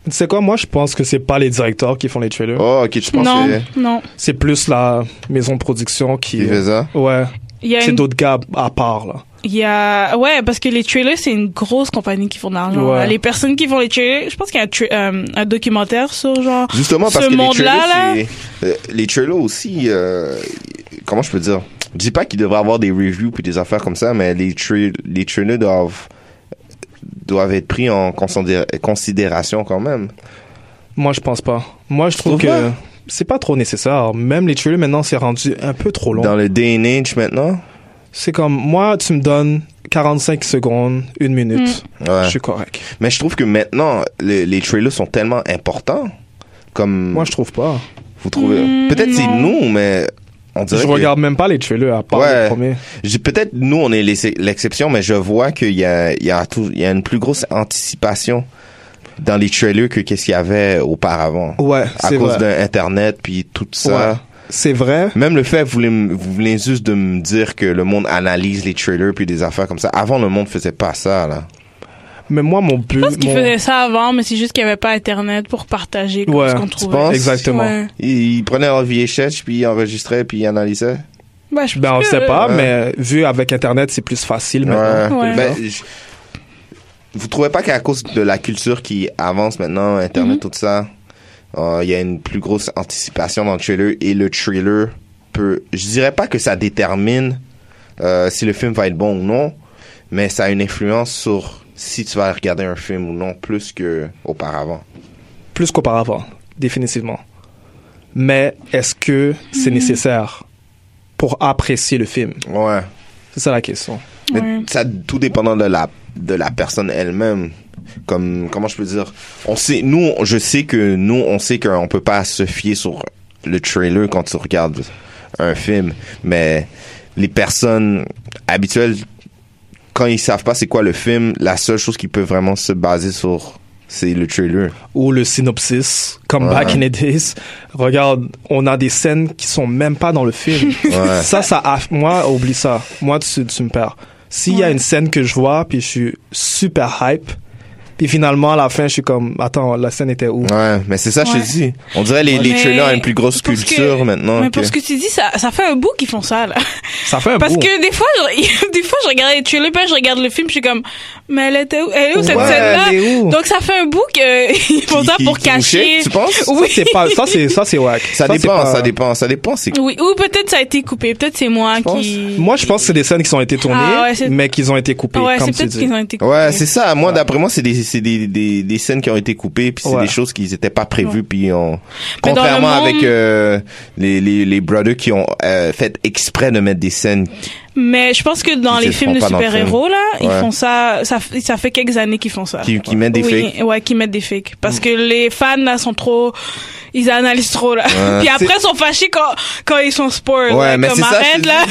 S4: Tu sais quoi, moi je pense que c'est pas les directeurs qui font les trailers.
S6: Oh ok, tu penses
S5: non,
S6: que
S5: non.
S4: C'est plus la maison de production qui. euh,
S6: ils faisaient ça?
S4: Ouais.
S5: Il y a
S4: c'est
S5: une-
S4: d'autres gars à part, là.
S5: Il y a, ouais, parce que les trailers, c'est une grosse compagnie qui font de l'argent.
S4: Ouais.
S5: là. Les personnes qui font les trailers, je pense qu'il y a un, tra- euh, un documentaire sur genre.
S6: Justement, parce
S5: Ce
S6: que les
S5: monde-là,
S6: trailers, c'est- euh, les trailers aussi, euh, comment je peux dire, je dis pas qu'ils devraient avoir des reviews puis des affaires comme ça, mais les, tra- les trailers doivent, doivent être pris en considé- considération quand même.
S4: Moi, je pense pas. Moi, je trouve
S6: trouves
S4: que
S6: pas?
S4: c'est pas trop nécessaire. Même les trailers, maintenant, c'est rendu un peu trop long.
S6: Dans le day and age maintenant,
S4: C'est comme, moi, tu me donnes 45 secondes, une minute.
S6: Mm. ouais.
S4: Je suis correct.
S6: mais je trouve que maintenant, le- les trailers sont tellement importants. Comme
S4: Moi, je trouve pas.
S6: vous trouvez.
S5: Hmm,
S6: Peut-être c'est nous, mais on dirait
S4: Je
S6: que-
S4: regarde même pas les trailers à part
S6: Ouais.
S4: les premiers.
S6: Je dis Peut-être nous, on est l'ex- l'exception, mais je vois qu'il y a, il y, a tout- il y a une plus grosse anticipation dans les trailers que qu'est-ce qu'il y avait auparavant.
S4: Ouais,
S6: à
S4: c'est
S6: cause
S4: vrai.
S6: d'Internet, puis tout ça.
S4: Ouais. C'est vrai.
S6: Même le fait, vous voulez, m- vous voulez juste de me dire que le monde analyse les trailers puis des affaires comme ça. Avant, le monde faisait pas ça, là.
S4: Mais moi, mon but.
S5: Je pense qu'ils
S4: mon-
S5: faisaient ça avant, mais c'est juste qu'il n'y avait pas Internet pour partager comme
S4: Ouais,
S5: ce qu'on
S4: tu
S5: trouvait.
S6: penses?
S4: Exactement.
S5: Ouais.
S6: Ils, ils prenaient leur VHS, puis ils enregistraient, puis ils analysaient.
S5: Bah, je
S4: Ben, on
S5: pense que-
S4: sait pas,
S6: Ouais.
S4: mais vu avec Internet, c'est plus facile
S6: Ouais.
S4: maintenant.
S5: Ouais.
S6: Ben, je- vous trouvez pas qu'à cause de la culture qui avance maintenant, Internet, tout ça, euh, il y a une plus grosse anticipation dans le trailer et le trailer peut. Je dirais pas que ça détermine euh, si le film va être bon ou non, mais ça a une influence sur si tu vas regarder un film ou non plus que auparavant.
S4: Plus qu'auparavant, définitivement. Mais est-ce que c'est
S5: Mm-hmm.
S4: nécessaire pour apprécier le film?
S6: Ouais.
S4: C'est ça la question.
S6: Mais
S5: Ouais.
S6: ça, tout dépendant de la, de la personne elle-même. Comme, comment je peux dire? On sait, nous, je sais que nous, on sait qu'on peut pas se fier sur le trailer quand tu regardes un film. Mais les personnes habituelles, quand ils savent pas c'est quoi le film, la seule chose qu'ils peuvent vraiment se baser sur, c'est le trailer.
S4: Ou le synopsis, comme back in the days. Regarde, on a des scènes qui sont même pas dans le film.
S6: Ouais.
S4: Ça, ça, aff- moi, oublie ça. Moi, tu, tu me perds. S'il y a une scène que je vois, puis je suis super hype, puis finalement, à la fin, je suis comme, attends, la scène était où?
S6: Ouais, mais c'est ça, je
S5: Ouais.
S6: te dis. On dirait les, les
S5: Mais
S6: trailers ont une plus grosse
S5: pour ce que-
S6: culture maintenant.
S5: Mais
S6: que-
S5: pour ce que tu dis, ça, ça fait un bout qu'ils font ça, là.
S4: Ça fait un
S5: Parce
S4: bout.
S5: que des fois, je, des fois, je regarde les pas je regarde le film, je suis comme, mais elle était où, elle est où cette
S4: Ouais,
S5: scène-là?
S4: elle est où
S5: Donc ça fait un bout qu'ils font
S6: qui-
S5: ça
S6: qui-
S5: pour
S6: qui nous
S5: cacher.
S6: shake, tu penses?
S5: Oui.
S4: Ça, c'est pas, ça, c'est, ça, c'est whack.
S6: Ça,
S4: c'est
S6: dépend,
S4: pas-
S6: ça dépend, ça dépend, c'est
S5: Oui, ou peut-être ça a été coupé, peut-être c'est moi qui.
S4: Moi, je pense que c'est des scènes qui ont été tournées,
S5: Ah ouais, c'est-
S4: mais qui ont été coupées,
S5: Ah ouais,
S4: comme
S5: c'est
S4: tu
S5: peut-être
S4: dis.
S5: qu'ils ont été coupés.
S6: Ouais, c'est ça. Moi, d'après moi, c'est des, c'est des, des, des scènes qui ont été coupées, puis c'est
S4: Ouais.
S6: des choses qui n'étaient pas prévues, puis on...
S5: Mais dans le
S6: Contrairement
S5: monde-
S6: avec euh, les, les, les brothers qui ont euh, fait exprès de mettre des scènes.
S5: Mais je pense que dans
S6: Ils
S5: les
S6: le
S5: films
S6: font
S5: de
S6: pas dans le film.
S5: super-héros, là, ils
S6: Ouais.
S5: font ça, ça, f- ça fait quelques années qu'ils font ça.
S6: Qui- qui mettent des Mm.
S5: Oui, Ouais, qui mettent des fakes. Parce que les fans, là, sont trop, ils analysent trop, là.
S6: Ouais.
S5: Puis après, ils sont fâchés quand, quand ils sont spoiled.
S6: Ouais,
S5: là,
S6: mais
S5: comme
S6: c'est ça, je
S5: arrête,
S6: te
S5: là.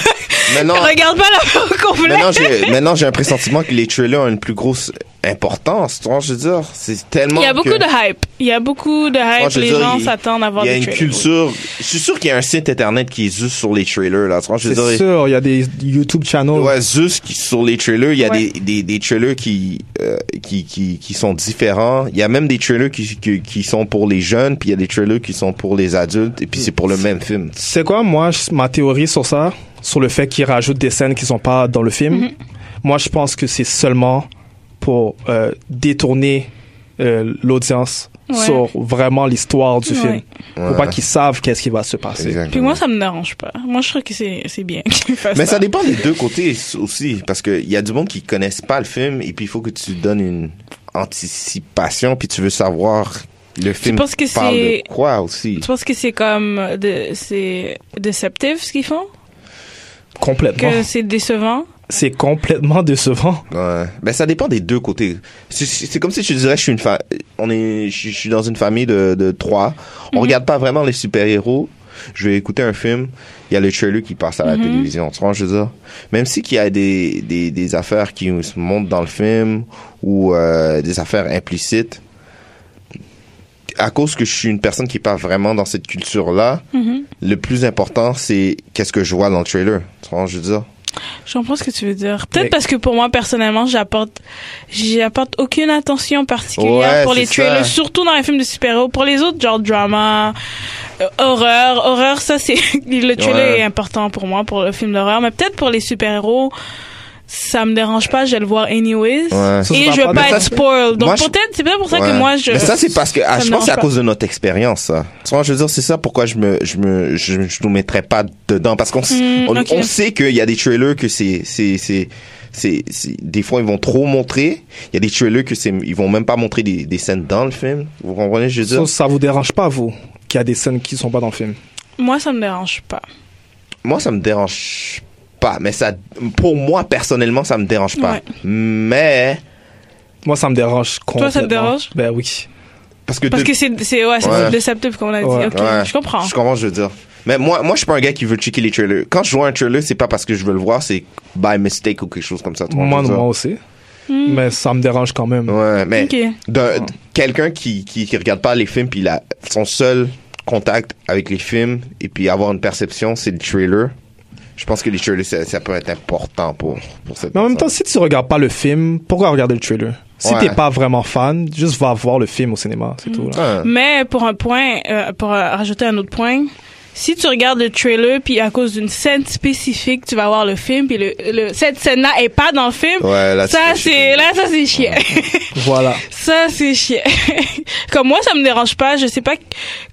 S6: Maintenant,
S5: Regarde pas la complète.
S6: maintenant, j'ai, maintenant, j'ai un pressentiment que les trailers ont une plus grosse importance. Tu vois, je veux dire, c'est tellement
S5: Il y a beaucoup
S6: que-
S5: de hype. Il y a beaucoup de
S6: Moi,
S5: hype.
S6: je veux
S5: les
S6: dire,
S5: gens
S6: il-
S5: s'attendent à voir
S6: Il y a
S5: des
S6: une
S5: trailers.
S6: culture. Je suis sûr qu'il y a un site internet qui est juste sur les trailers là. Tu vois, je veux
S4: C'est
S6: dire,
S4: sûr, il y a des YouTube channels.
S6: Ouais, juste qui- sur les trailers, il y a
S5: Oh. Ouais.
S6: des, des, des trailers qui, euh, qui, qui, qui sont différents. Il y a même des trailers qui, qui, qui sont pour les jeunes, puis il y a des trailers qui sont pour les adultes, et puis c'est pour le même film.
S4: C'est quoi, moi, je- ma théorie sur ça, sur le fait qu'ils rajoutent des scènes qui sont pas dans le film?
S5: Mhm.
S4: Moi, je pense que c'est seulement pour euh, détourner euh, l'audience
S5: Ouais.
S4: sur vraiment l'histoire du film.
S5: Ouais.
S4: Pour pas qu'ils savent qu'est-ce qui va se passer.
S5: Puis moi, ça me dérange pas. Moi, je trouve que c'est, c'est bien qu'ils fassent
S6: Mais ça dépend des deux côtés aussi, parce qu'il y a du monde qui connaissent pas le film, et puis il faut que tu donnes une anticipation, puis tu veux savoir le film
S5: penses que
S6: parle
S5: c'est-
S6: de quoi aussi.
S5: Tu penses que c'est comme, euh, de, c'est déceptif, ce qu'ils font?
S4: Complètement.
S5: Que c'est décevant?
S4: C'est complètement décevant.
S6: Ouais. Ben ça dépend des deux côtés. C'est- C'est c'est comme si je te dirais je suis une fa... on est je, je suis dans une famille de, de trois. On regarde pas vraiment les super-héros. Je vais écouter un film, il y a le trailer qui passe à la télévision, tu vois, je veux dire. Même si qu'il y a des, des, des affaires qui se montrent dans le film ou euh, des affaires implicites, à cause que je suis une personne qui est pas vraiment dans cette culture-là, le plus important, c'est qu'est-ce que je vois dans le trailer, tu vois, je veux dire.
S5: Je comprends ce que tu veux dire. Peut-être
S4: Mais-
S5: parce que pour moi, personnellement, j'apporte, j'apporte aucune attention particulière
S6: Ouais,
S5: pour les
S6: c'est ça.
S5: trailers, surtout dans les films de super-héros. Pour les autres, genre drama, Euh, horreur, horreur, ça c'est le thriller
S6: Ouais.
S5: est important pour moi pour le film d'horreur, mais peut-être pour les super héros. Ça me dérange pas, je vais le voir anyways.
S6: Ouais.
S4: Ça,
S5: Et
S4: ça
S5: je veux
S4: va pas-
S5: pas
S4: mais
S5: être
S4: ça,
S5: spoiled. Donc
S6: moi, je-
S5: peut-être, c'est peut-être pour ça que
S6: Ouais.
S5: moi je.
S6: Mais ça, c'est parce que ah,
S5: ça
S6: je
S5: me
S6: pense que c'est à
S5: dérange
S6: cause de notre expérience. ça. Tu vois, je veux dire, c'est ça pourquoi je me, je me, je, je nous mettrais pas dedans parce qu'on, s-
S5: Hmm,
S6: on,
S5: ok.
S6: on sait qu'il y a des trailers que c'est, c'est, c'est, c'est, c'est- des fois ils vont trop montrer. Il y a des trailers que c'est, ils vont même pas montrer des, des scènes dans le film. Vous comprenez, je veux dire.
S4: Ça, ça vous dérange pas, vous, qu'il y a des scènes qui sont pas dans le film?
S5: Moi ça me dérange pas.
S6: Moi, ça me dérange pas, mais ça, pour moi personnellement, ça me dérange pas.
S5: Ouais.
S6: Mais
S4: Moi, ça me dérange complètement.
S5: Toi, ça te dérange
S4: Ben oui.
S6: parce que
S5: Parce
S6: de-
S5: que c'est c'est ouais, c'est
S6: Ouais.
S5: déceptif comme on a dit.
S4: Ouais.
S5: Ok,
S6: Ouais.
S5: je comprends.
S6: Je comprends, je veux dire. Mais moi, moi, je suis pas un gars qui veut checker les trailers. Quand je vois un trailer, c'est pas parce que je veux le voir, c'est by mistake ou quelque chose comme ça. tu vois,
S4: Moi,
S6: je veux
S4: moi aussi.
S5: Hmm.
S4: Mais ça me dérange quand même.
S6: dire. Ouais, mais
S5: Ok.
S6: d'un- d- quelqu'un qui, qui qui regarde pas les films puis il a son seul contact avec les films et puis avoir une perception, c'est le trailer. Je pense que les trailers, ça, ça peut être important pour pour cette.
S4: Mais en même temps,
S6: personne.
S4: si tu regardes pas le film, pourquoi regarder le trailer? Si
S6: Ouais.
S4: t'es pas vraiment fan, juste va voir le film au cinéma,
S5: Hmm.
S4: c'est tout.
S6: Ouais.
S4: là.
S5: Mais pour un point, euh, pour euh, rajouter un autre point, si tu regardes le trailer puis à cause d'une scène spécifique, tu vas voir le film puis le, le- cette scène-là est pas dans le film.
S6: Ouais, là, tu fais
S5: ça c'est
S6: chier.
S5: là ça c'est chiant.
S4: Voilà.
S5: ça c'est chiant. comme moi ça me dérange pas, je sais pas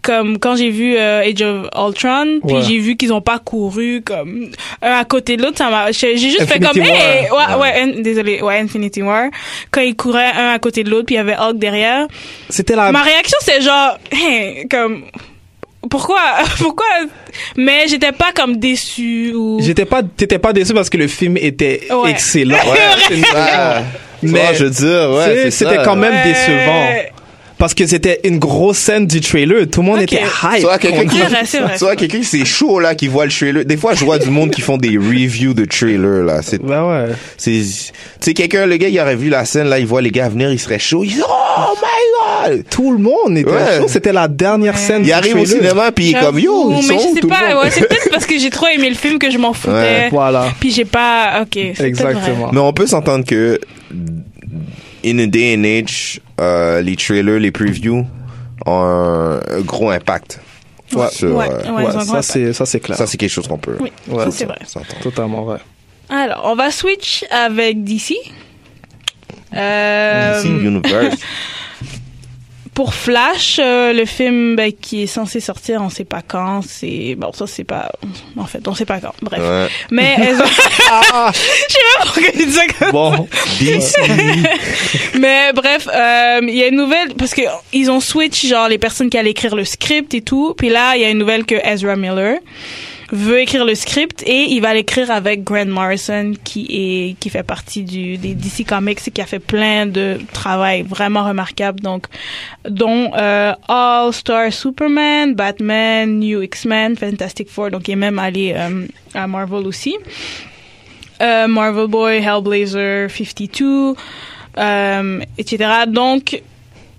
S5: comme quand j'ai vu euh, Age of Ultron puis
S4: Ouais.
S5: j'ai vu qu'ils ont pas couru comme un à côté de l'autre, ça m'a j'ai j'ai juste
S4: Infinity
S5: fait comme
S4: War.
S5: hey, ouais, ouais, in- désolé, ouais Infinity War quand ils couraient un à côté de l'autre puis il y avait Hulk derrière.
S4: C'était
S6: Ah.
S4: la.
S5: Ma réaction, c'est genre, Hein, comme, pourquoi, pourquoi, mais j'étais pas comme déçue ou.
S4: J'étais pas, t'étais pas déçu parce que le film était
S5: Ouais.
S4: excellent.
S6: Ouais, ça.
S4: Mais-
S6: Ouais, je veux dire, ouais,
S4: C'est-
S6: c'est
S4: c'était
S6: ça.
S4: quand même
S5: Ouais.
S4: décevant. Parce que c'était une grosse scène du trailer. Tout le monde
S5: Ok.
S4: était hype.
S6: Soit quelqu'un qui,
S5: C'est vrai, c'est vrai.
S6: soit quelqu'un qui c'est chaud là qui voit le trailer. Des fois je vois du monde qui font des reviews de trailer là. C'est
S4: Ben ouais.
S6: c'est tu sais quelqu'un le gars il aurait vu la scène là, il voit les gars venir, il serait chaud. Il dit oh my god.
S4: Tout le monde était
S6: Ouais.
S4: chaud. C'était la dernière scène
S6: Il
S4: du
S6: arrive au
S4: trailer.
S6: cinéma puis il est comme yo,
S5: J'avoue,
S6: ils
S5: mais
S6: sont où,
S5: je sais
S6: tout le
S5: pas,
S6: monde?
S5: ouais, c'est peut-être parce que j'ai trop aimé le film que je m'en foutais.
S6: Ouais.
S4: Voilà.
S5: Puis j'ai pas, ok. c'est peut-être vrai.
S4: Exactement.
S6: Mais on peut s'entendre que in a day and age, euh, les trailers, les previews ont un gros impact.
S4: Ouais.
S6: Sur,
S5: Ouais.
S6: euh,
S5: Ouais, ils ont un
S4: ça
S5: grand
S4: c'est ça c'est clair.
S6: Ça c'est quelque chose qu'on peut.
S5: Oui,
S4: Ouais.
S5: ça, c'est vrai.
S6: s'entendre.
S4: Totalement vrai.
S5: Alors, on va switch avec DC. Euh,
S6: DC Universe.
S5: pour Flash, euh, le film ben, qui est censé sortir, on sait pas quand. C'est bon, ça c'est pas. En fait, on sait pas quand. Bref.
S6: Ouais.
S5: Mais elles ont...
S4: Ah.
S5: je sais pas pourquoi je dis ça comme
S4: Bon.
S5: Mais bref, euh, il y a une nouvelle parce que ils ont switch genre les personnes qui allaient écrire le script et tout. Puis là, il y a une nouvelle que Ezra Miller veut écrire le script et il va l'écrire avec Grant Morrison qui est qui fait partie du des DC Comics et qui a fait plein de travail vraiment remarquable donc dont euh, All Star Superman, Batman, New X-Men, Fantastic Four donc il est même allé euh, à Marvel aussi. Euh, Marvel Boy, Hellblazer, 52, euh, etc. Donc,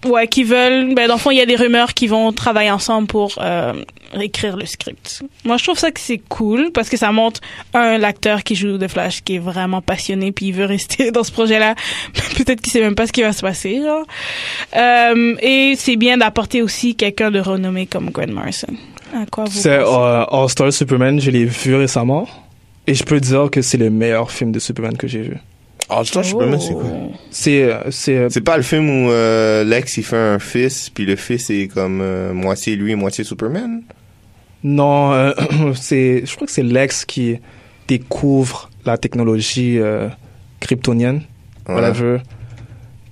S5: ouais, qui veulent. Ben, dans le fond, il y a des rumeurs qui vont travailler ensemble pour euh, écrire le script. Moi, je trouve ça que c'est cool parce que ça montre un l'acteur qui joue The Flash qui est vraiment passionné puis il veut rester dans ce projet-là. Peut-être qu'il sait même pas ce qui va se passer. Genre. Euh, et c'est bien d'apporter aussi quelqu'un de renommé comme Grant Morrison. À quoi vous
S4: C'est
S5: pensez?
S4: euh, All Star Superman. Je l'ai vu récemment et je peux dire que c'est le meilleur film de Superman que j'ai vu.
S6: Ah, je sais pas même c'est quoi.
S5: Oh,
S4: C'est euh, c'est euh,
S6: C'est pas le film où euh, Lex il fait un fils, puis le fils est comme euh, moitié lui et moitié Superman.
S4: non euh, c'est je crois que c'est Lex qui découvre la technologie euh, kryptonienne.
S6: Ouais.
S4: Whatever.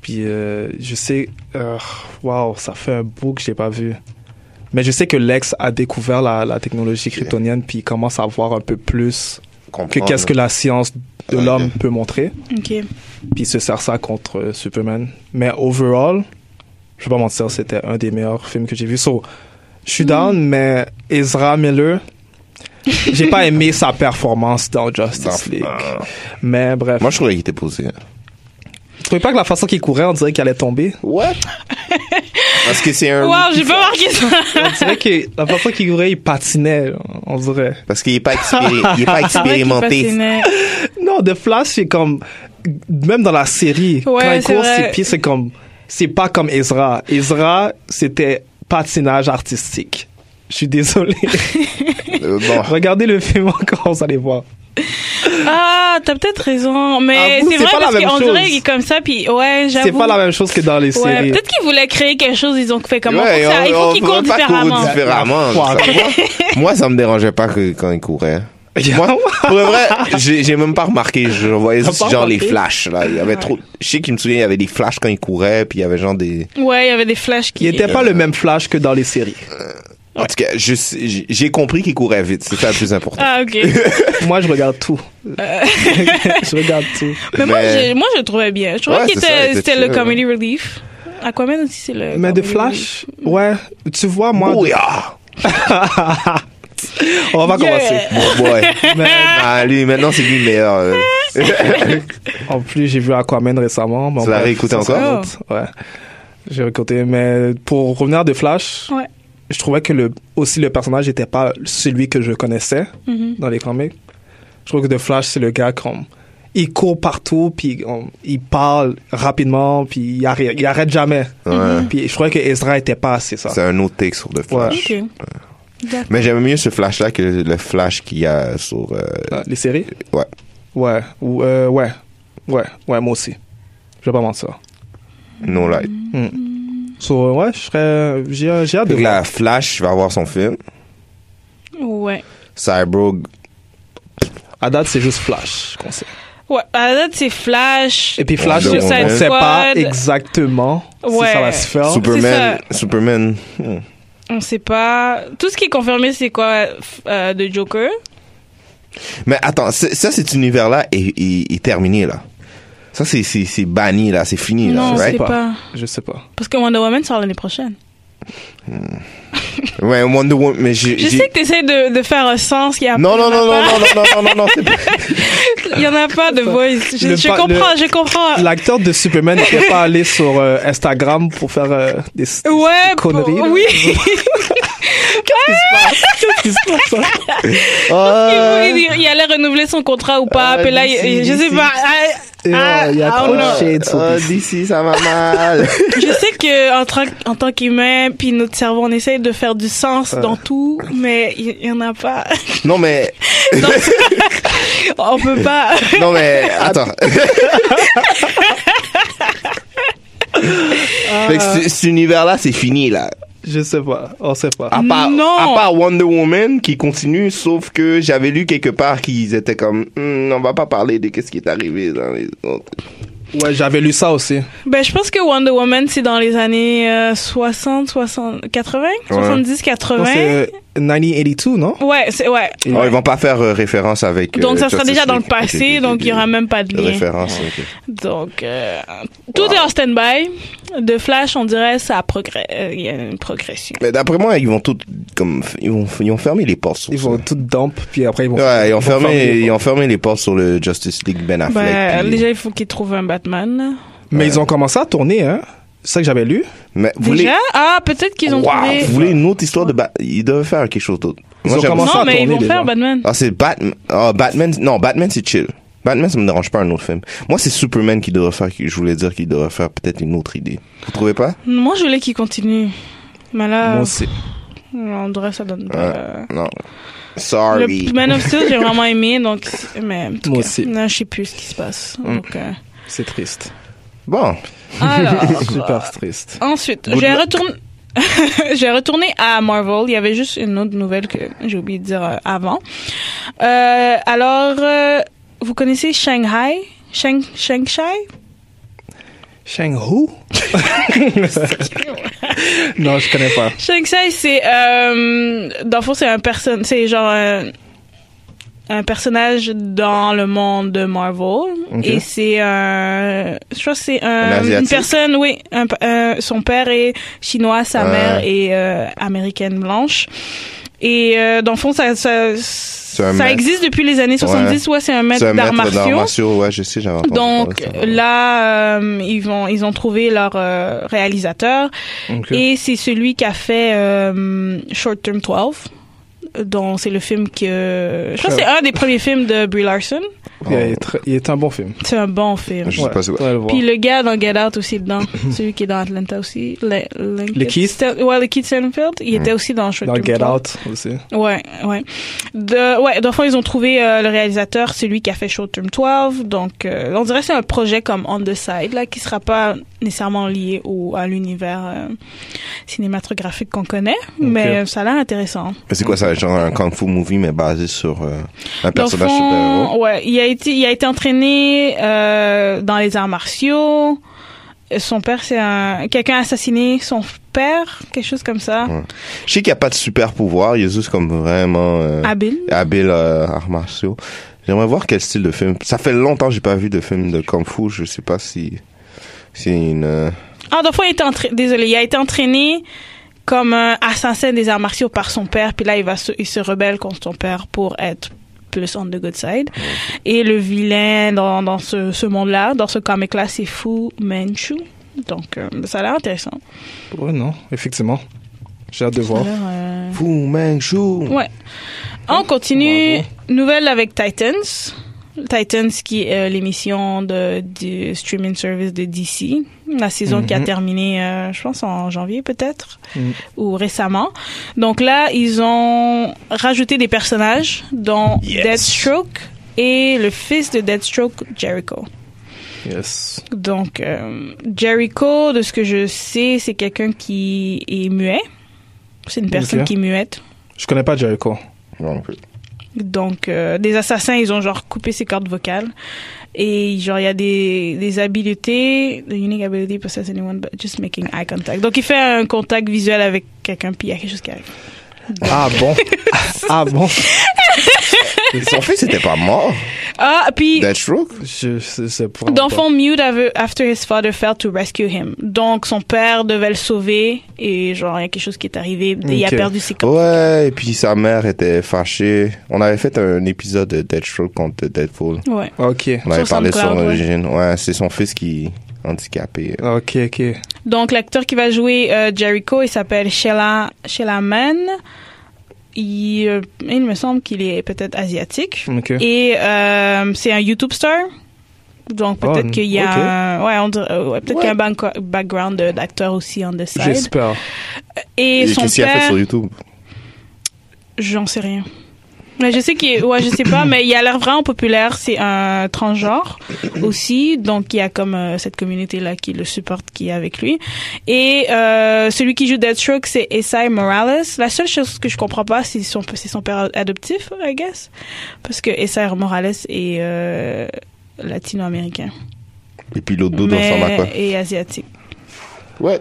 S4: Puis euh, je sais, euh, waouh, ça fait un bout que je l'ai pas vu. Mais je sais que Lex a découvert la, la technologie kryptonienne, puis il commence à voir un peu plus que
S6: Comprendre.
S4: qu'est-ce que la science de
S6: Ok.
S4: l'homme peut montrer.
S5: Ok.
S4: Puis il se sert ça contre euh, Superman. Mais overall, je vais pas mentir, c'était un des meilleurs films que j'ai vu. So, je suis down, mais Ezra Miller, j'ai pas aimé sa performance dans Ah. Justice
S6: Dans- ah.
S4: League. Mais bref.
S6: Moi je trouvais qu'il était posé. hein.
S4: Je trouvais pas que la façon qu'il courait, on dirait qu'il allait tomber.
S6: What? Parce que c'est un.
S5: Wow, j'ai pas marqué ça.
S4: On dirait que la façon qu'il courait, il patinait, on dirait.
S6: Parce qu'il est pas, expéri-
S5: Ah
S6: il est pas expérimenté.
S5: Passionné.
S4: Non, The Flash, c'est comme. Même dans la série, quand il
S5: c'est
S4: court
S5: vrai.
S4: ses pieds, c'est comme. C'est pas comme Ezra. Ezra, c'était patinage artistique. Je suis désolé.
S6: Euh, bon.
S4: Regardez le film encore, vous allez voir.
S5: Ah, t'as peut-être raison. Mais
S4: Avoue,
S5: c'est
S4: Ah, c'est
S5: vrai
S4: pas la
S5: parce
S4: même
S5: qu'on
S4: chose.
S5: dirait qu'il est comme ça, puis ouais, j'avoue.
S4: C'est pas la même chose que dans les
S5: Ouais,
S4: séries.
S5: peut-être qu'ils voulaient créer quelque chose, ils ont fait comment
S6: Ouais,
S5: faut que ça- Il
S6: on-
S5: faut
S6: on
S5: qu'ils
S6: pourrait
S5: courent
S6: pas courir
S5: différemment.
S6: différemment.
S4: Fuck.
S6: ça. Moi, moi, ça me dérangeait pas que, quand il courait. Moi, pour le vrai, j'ai j'ai même pas remarqué. Je voyais
S4: T'as
S6: juste,
S4: pas
S6: genre les
S4: remarqué?
S6: flashs. Là. Il y avait trop. Je sais qu'il me souvient, il y avait des flashs quand il courait, puis il y avait genre des.
S5: Ouais, il y avait des flashs
S4: Il
S5: qui.
S4: était pas le même flash que dans les séries.
S6: En tout cas, je sais- j'ai j'ai compris qu'il courait vite. C'est ça le plus important.
S5: Ah, ok.
S4: Moi, je regarde tout.
S5: Euh.
S4: je regarde tout.
S5: Ah, Mais moi,
S6: Mais-
S5: j'ai- moi, je le trouvais bien. Je trouvais
S6: Ouais,
S5: qu'il
S6: c'est ça, il
S5: était,
S6: était
S5: c'était le
S6: chill,
S5: comedy relief. Aquaman aussi, c'est le.
S4: Mais de
S5: comedy relief.
S4: Flash, ouais, tu vois, moi,
S5: Oh,
S6: Booyah!
S4: on va
S5: Yeah.
S4: commencer.
S6: Bon, ouais. Ah, lui, maintenant, c'est lui le meilleur. euh.
S4: En plus, j'ai vu Aquaman récemment. mais
S6: Tu
S4: bon,
S6: l'as
S4: bref,
S6: réécouté
S4: ça, c'est
S5: encore?
S4: un autre. Ouais. J'ai réécouté. Mais pour revenir de Flash,
S5: Ouais.
S4: je trouvais que le, aussi le personnage n'était pas celui que je connaissais dans les comics. Je trouve que de Flash, c'est le gars comme. Il court partout, puis on- il parle rapidement, puis il arrête, il arrête jamais.
S6: Ouais.
S4: Puis je trouvais que Ezra était pas assez ça.
S6: C'est un autre take sur le flash.
S5: Ok. D'accord.
S6: Mais j'aime mieux ce flash-là que le flash qu'il y a sur. euh,
S4: Les séries
S6: Ouais.
S4: Ouais, ou- euh, ouais, ouais, ouais, moi aussi. Je vais pas mentir.
S6: No Light.
S4: So, ouais, je serais. J'ai j'ai hâte de
S6: Donc
S4: voir.
S6: là, Flash va avoir son film.
S5: Ouais.
S6: Cyborg.
S4: À date, c'est juste Flash qu'on sait.
S5: Ouais, à la date, c'est Flash.
S4: Et puis Flash,
S6: Wonder
S4: on ne
S6: Woman.
S4: sait pas
S5: Squad.
S4: exactement
S5: Ouais.
S4: si ça va se
S5: Oh,
S4: faire.
S6: Superman. Superman. hmm.
S5: On sait pas. Tout ce qui est confirmé, c'est quoi euh, de Joker
S6: Mais attends, c'est- ça, cet univers-là est, est- est terminé, là. Ça, c'est- c'est c'est banni, là. C'est fini, là.
S5: Non,
S6: right?
S5: c'est pas.
S4: Je sais pas.
S5: Parce que Wonder Woman sort l'année prochaine.
S6: Ouais, Wonder Woman. Mais j'ai.
S5: Je
S6: j'ai-
S5: sais que t'essayes de, de faire un sens. Il y a
S6: Non,
S5: il y en
S6: non, non,
S5: a
S6: non,
S5: pas.
S6: non, non, non, non, non, non, c'est pas-
S5: Il y en a pas de voice. Je,
S4: Le
S5: je
S4: pa-
S5: comprends,
S4: le-
S5: je comprends.
S4: L'acteur de Superman n'était pas allé sur euh, Instagram pour faire euh, des, des
S5: Ouais,
S4: conneries.
S5: pour-
S4: là.
S5: oui.
S4: Qu'est-ce qui se passe ça?
S5: Il, voulait dire, il allait renouveler son contrat ou pas.
S6: Ah,
S5: puis là, il-
S6: d'ici,
S5: je sais
S6: d'ici.
S5: pas. Ah,
S4: Et,
S5: ah,
S4: euh, Il y a
S5: ah,
S4: trop de
S5: non.
S4: shades sur
S6: Ah,
S4: des-
S6: d'ici, ça va mal.
S5: Je sais que en, tra- en tant qu'humain, puis notre cerveau, on essaye de faire du sens dans tout, mais il il y, en a pas.
S6: non, mais.
S5: on peut pas.
S6: Non, mais. Attends. Fait que c- cet univers-là, c'est fini, là.
S4: Je sais pas. On sait pas.
S6: À part,
S5: Non.
S6: à part Wonder Woman qui continue, sauf que j'avais lu quelque part qu'ils étaient comme, Hmm, on va pas parler de qu'est-ce qui est arrivé dans les autres.
S4: Ouais, j'avais lu ça aussi.
S5: Ben, je pense que Wonder Woman, c'est dans les années euh, 60, 60, 80, 70,
S4: Non,
S5: 80.
S4: c'est euh, 1982, non?
S5: ouais, c'est ouais.
S6: Oh, ils vont pas faire euh, référence avec. euh,
S5: Donc ça sera
S6: Justice
S5: déjà dans le
S6: League. Ok,
S5: passé,
S6: ok,
S5: donc
S6: ok.
S5: il y aura même pas de
S6: De
S5: lien.
S6: référence. ok.
S5: Donc euh, tout est en stand-by. De Flash, on dirait ça progresse, il y a une progression.
S6: Mais d'après moi, ils vont tout comme ils vont ils ont fermé les portes. Sur
S4: Ils
S6: ça.
S4: vont tout dump, puis après ils vont.
S6: Ouais, ils ont fermé
S4: les
S6: ils ont fermé les portes sur le Justice League Ben Affleck.
S5: Ben,
S6: puis-
S5: déjà il faut qu'il trouve un Batman.
S4: Mais ils ont commencé à tourner, hein. C'est ça que j'avais lu.
S6: Mais vous voulez
S5: Déjà ah peut-être qu'ils ont
S6: Wow,
S5: trouvé.
S6: vous voulez une autre histoire de Batman Ils devaient faire quelque chose d'autre.
S4: Ils
S6: Moi,
S4: ont
S6: j'aime-
S4: commencé-
S5: Non
S4: à
S5: mais ils
S4: tourner
S5: vont faire
S4: déjà.
S5: Batman.
S6: Ah, c'est Batman. Ah, Batman. Non, Batman, c'est chill. Batman, ça me dérange pas un autre film. Moi, c'est Superman qui devrait faire, je voulais dire qu'il devrait faire peut-être une autre idée. Vous trouvez pas?
S5: Moi je voulais qu'ils continuent. Mais là
S4: Moi aussi.
S5: on dirait ça donne pas.
S6: Ouais.
S5: euh,
S6: Non. Sorry.
S5: Le Man of Steel, j'ai vraiment aimé, donc, mais en tout
S4: Moi
S5: cas,
S4: aussi.
S5: là, je sais plus ce qui se passe.
S6: Mm.
S5: Donc, euh,
S4: C'est triste.
S6: Bon.
S5: Alors,
S4: Super triste.
S5: ensuite,
S6: Good
S5: j'ai
S6: luck.
S5: retourné. J'ai retourné à Marvel. Il y avait juste une autre nouvelle que j'ai oublié de dire euh, avant. Euh, alors, euh, vous connaissez Shanghai? Shang, Shanghai?
S4: Shang Hu? non, je connais pas.
S5: Shanghai, c'est euh, dans le fond, c'est un personne, c'est genre un, un personnage dans le monde de Marvel et c'est un, je crois que c'est
S6: Un
S5: un,
S6: Asiatique?
S5: une personne, oui, un p- un- son père est chinois, sa
S6: Ouais.
S5: mère est euh, américaine blanche. Et euh, dans le fond, ça, ça,
S6: un
S5: ça
S6: maître.
S5: existe depuis les années 70. Ouais, c'est
S6: C'est
S5: un maître
S6: un
S5: d'arts
S6: maître d'arts
S5: martiaux.
S6: martiaux. Ouais, je sais, j'avais entendu
S5: Donc
S6: parler de ça.
S5: là, euh, ils vont, ils ont trouvé leur euh, réalisateur
S4: Ok.
S5: et c'est celui qui a fait euh, Short Term 12. dont c'est le film que... Je crois que c'est un des premiers films de Brie Larson.
S4: Il est, très- il est un bon film.
S5: C'est un bon film.
S6: Je sais pas c'est quoi.
S4: faudrait le voir.
S5: Puis le gars dans Get Out aussi est dedans, celui qui est dans Atlanta aussi, le,
S4: Le Keith? Mm.
S5: Ouais, le Keith Stanfield, il était aussi dans Shrek
S4: Dans
S5: deux
S4: Get
S5: trois.
S4: Out aussi.
S5: Ouais, ouais. De, ouais, d'enfant, ils ont trouvé euh, le réalisateur, celui qui a fait Short Term 12. Donc, euh, on dirait que c'est un projet comme On the Side, là, qui sera pas nécessairement lié au, à l'univers euh, cinématographique qu'on connaît. Mais ça a l'air intéressant.
S6: Mais C'est quoi ça, genre un kung fu movie, mais basé sur euh, un
S5: Dans le
S6: personnage
S5: fond,
S6: super-héros?
S5: ouais, il a été, il a été entraîné euh, dans les arts martiaux. Euh, Son père, c'est un quelqu'un a assassiné son père, quelque chose comme ça.
S6: Ouais. Je sais qu'il n'y a pas de super pouvoir, il est juste comme vraiment euh,
S5: Habile.
S6: habile euh, arts martiaux. J'aimerais voir quel style de film. Ça fait longtemps que j'ai pas vu de film de kung fu, je sais pas si c'est une euh,
S5: Ah, dans le fond, il a été entraîné, désolé, il a été entraîné comme un assassin des arts martiaux par son père, puis là, il va se, il se rebelle contre son père pour être plus on the good side. Et le vilain dans, dans ce, ce monde-là, dans ce comic-là, c'est Fu Manchu. Donc, euh, ça a l'air intéressant.
S4: Ouais, non, effectivement. J'ai hâte de voir.
S5: Alors, euh,
S6: Fu Manchu.
S5: Ouais. On continue. Nouvelle avec Titans. Titans qui est euh, l'émission de, du streaming service de DC. La saison qui a
S4: Mhm.
S5: terminé, euh, je pense, en janvier peut-être,
S4: Mhm.
S5: ou récemment. Donc là, ils ont rajouté des personnages, dont
S6: Yes.
S5: Deathstroke et le fils de Deathstroke, Jericho.
S4: Yes.
S5: Donc, euh, Jericho, de ce que je sais, c'est quelqu'un qui est muet. C'est une personne
S4: Ok.
S5: qui est muette.
S4: Je connais pas Jericho.
S6: Non plus.
S5: Donc, euh, des assassins, ils ont genre coupé ses cordes vocales. Et genre, il y a des, des habiletés. The unique ability possess anyone but just making eye contact. Donc, il fait un contact visuel avec quelqu'un, puis il y a quelque chose qui arrive.
S4: Ah bon? ah bon?
S6: Son fils n'était pas mort.
S5: Ah, puis,
S6: Deathstroke.
S4: Je, c'est, c'est vraiment
S5: dans le
S4: pas-
S5: fond, Mute avait- after his father failed to rescue him. Donc, son père devait le sauver. Et genre, il y a quelque chose qui est arrivé. et Il a
S4: Ok.
S5: perdu ses cordes.
S6: Ouais, et puis sa mère était fâchée. On avait fait un épisode de Deathstroke contre Deadpool.
S5: Ouais.
S4: Ok.
S6: On avait
S5: Sur
S6: parlé de son
S5: SoundCloud, ouais.
S6: origine. Ouais, c'est son fils qui est handicapé.
S4: Ok, ok.
S5: Donc l'acteur qui va jouer euh, Jericho, il s'appelle Sheila Sheila Mann. Il, euh, il me semble qu'il est peut-être asiatique.
S4: Ok.
S5: Et euh, c'est un YouTube star. Donc
S4: Oh,
S5: peut-être qu'il y a
S4: ok.
S5: un, ouais, on dirait- euh, ouais, peut-être qu'il y a un banco- background de- d'acteur aussi en the side.
S4: J'espère.
S5: Et, son
S6: qu'est-ce qu'il a fait
S5: père,
S6: sur YouTube?
S5: j'en sais rien. Mais je sais qu'il est- ouais, je sais pas, mais il a l'air vraiment populaire. C'est un transgenre aussi, donc il y a comme euh, cette communauté là qui le supporte, qui est avec lui. Et euh, celui qui joue Deathstroke, c'est Esai Morales. La seule chose que je comprends pas, c'est son, c'est son père adoptif, I guess, parce que Esai Morales est euh, latino-américain,
S6: Et puis l'autre doute ressemble à quoi?
S5: mais et asiatique.
S6: Ouais.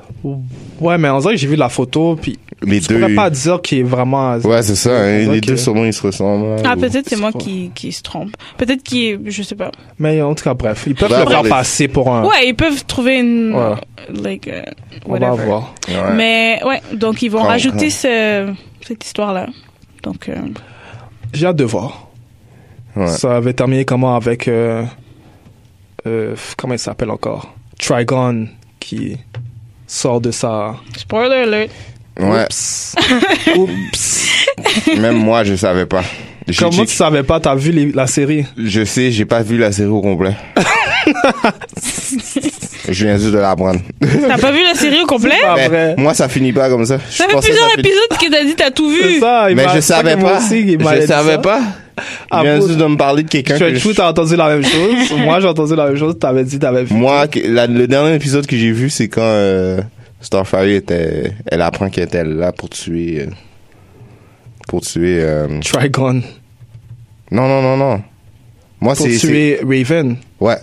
S4: Ouais, mais on dirait que j'ai vu la photo, puis
S6: Les
S4: je pourrais
S6: deux.
S4: pas dire qu'il est vraiment.
S6: Ouais, c'est ça. hein,
S4: Ok.
S6: Les deux sûrement ils se ressemblent.
S5: Ah, peut-être c'est
S4: Oh. c'est
S5: moi
S4: quoi?
S5: qui, qui se trompe. Peut-être qui, je sais pas.
S4: Mais en tout cas, bref, ils peuvent
S6: Bah,
S4: le faire
S6: bref.
S4: passer pour un.
S5: Ouais, ils peuvent trouver une,
S4: Ah. Ouais.
S5: like, euh,
S4: on va
S5: whatever.
S4: voir.
S6: Ouais.
S5: Mais ouais, donc ils vont
S6: Quand-
S5: rajouter
S6: quand-
S5: ce- cette histoire-là. Donc, euh,
S4: J'ai hâte de voir.
S6: Ouais.
S4: Ça avait terminé comment avec. euh, euh, comment il s'appelle encore? Trigon, qui sort de sa.
S5: spoiler alert.
S6: Ouais.
S4: Oups. Oups.
S6: Même moi, je savais pas. J'ai-
S4: Comment
S6: j'ai-
S4: tu savais pas? T'as vu les- la série?
S6: Je sais, j'ai pas vu la série au complet. je viens juste de la prendre.
S5: T'as pas vu la série au complet?
S4: Ah,
S6: Mais
S4: vrai.
S6: moi, ça finit pas comme ça. Je
S5: Ça fait
S6: pensais que
S5: plusieurs
S6: finit-
S5: épisodes que t'as dit t'as tout
S4: Bah, C'est
S5: vu.
S4: ça, il
S6: Mais
S4: m'a-
S6: je savais
S4: que moi
S6: pas.
S4: aussi, il m'a
S6: je
S4: dit
S6: savais
S4: ça.
S6: pas.
S4: Ah,
S6: Il vient
S4: bon.
S6: juste de me parler de quelqu'un que
S4: Tu
S6: je-
S4: as entendu la même chose. Moi, j'ai entendu la même chose. T'avais dit, t'avais vu.
S6: Moi, que- la- le dernier épisode que j'ai vu, c'est quand euh, Starfire était... Elle apprend qu'elle était là pour tuer... euh, Pour tuer... euh,
S4: Trigon.
S6: Non, non, non, non. Moi,
S4: Pour
S6: Ah, c'est... c'est-
S4: tuer Raven.
S6: Ouais.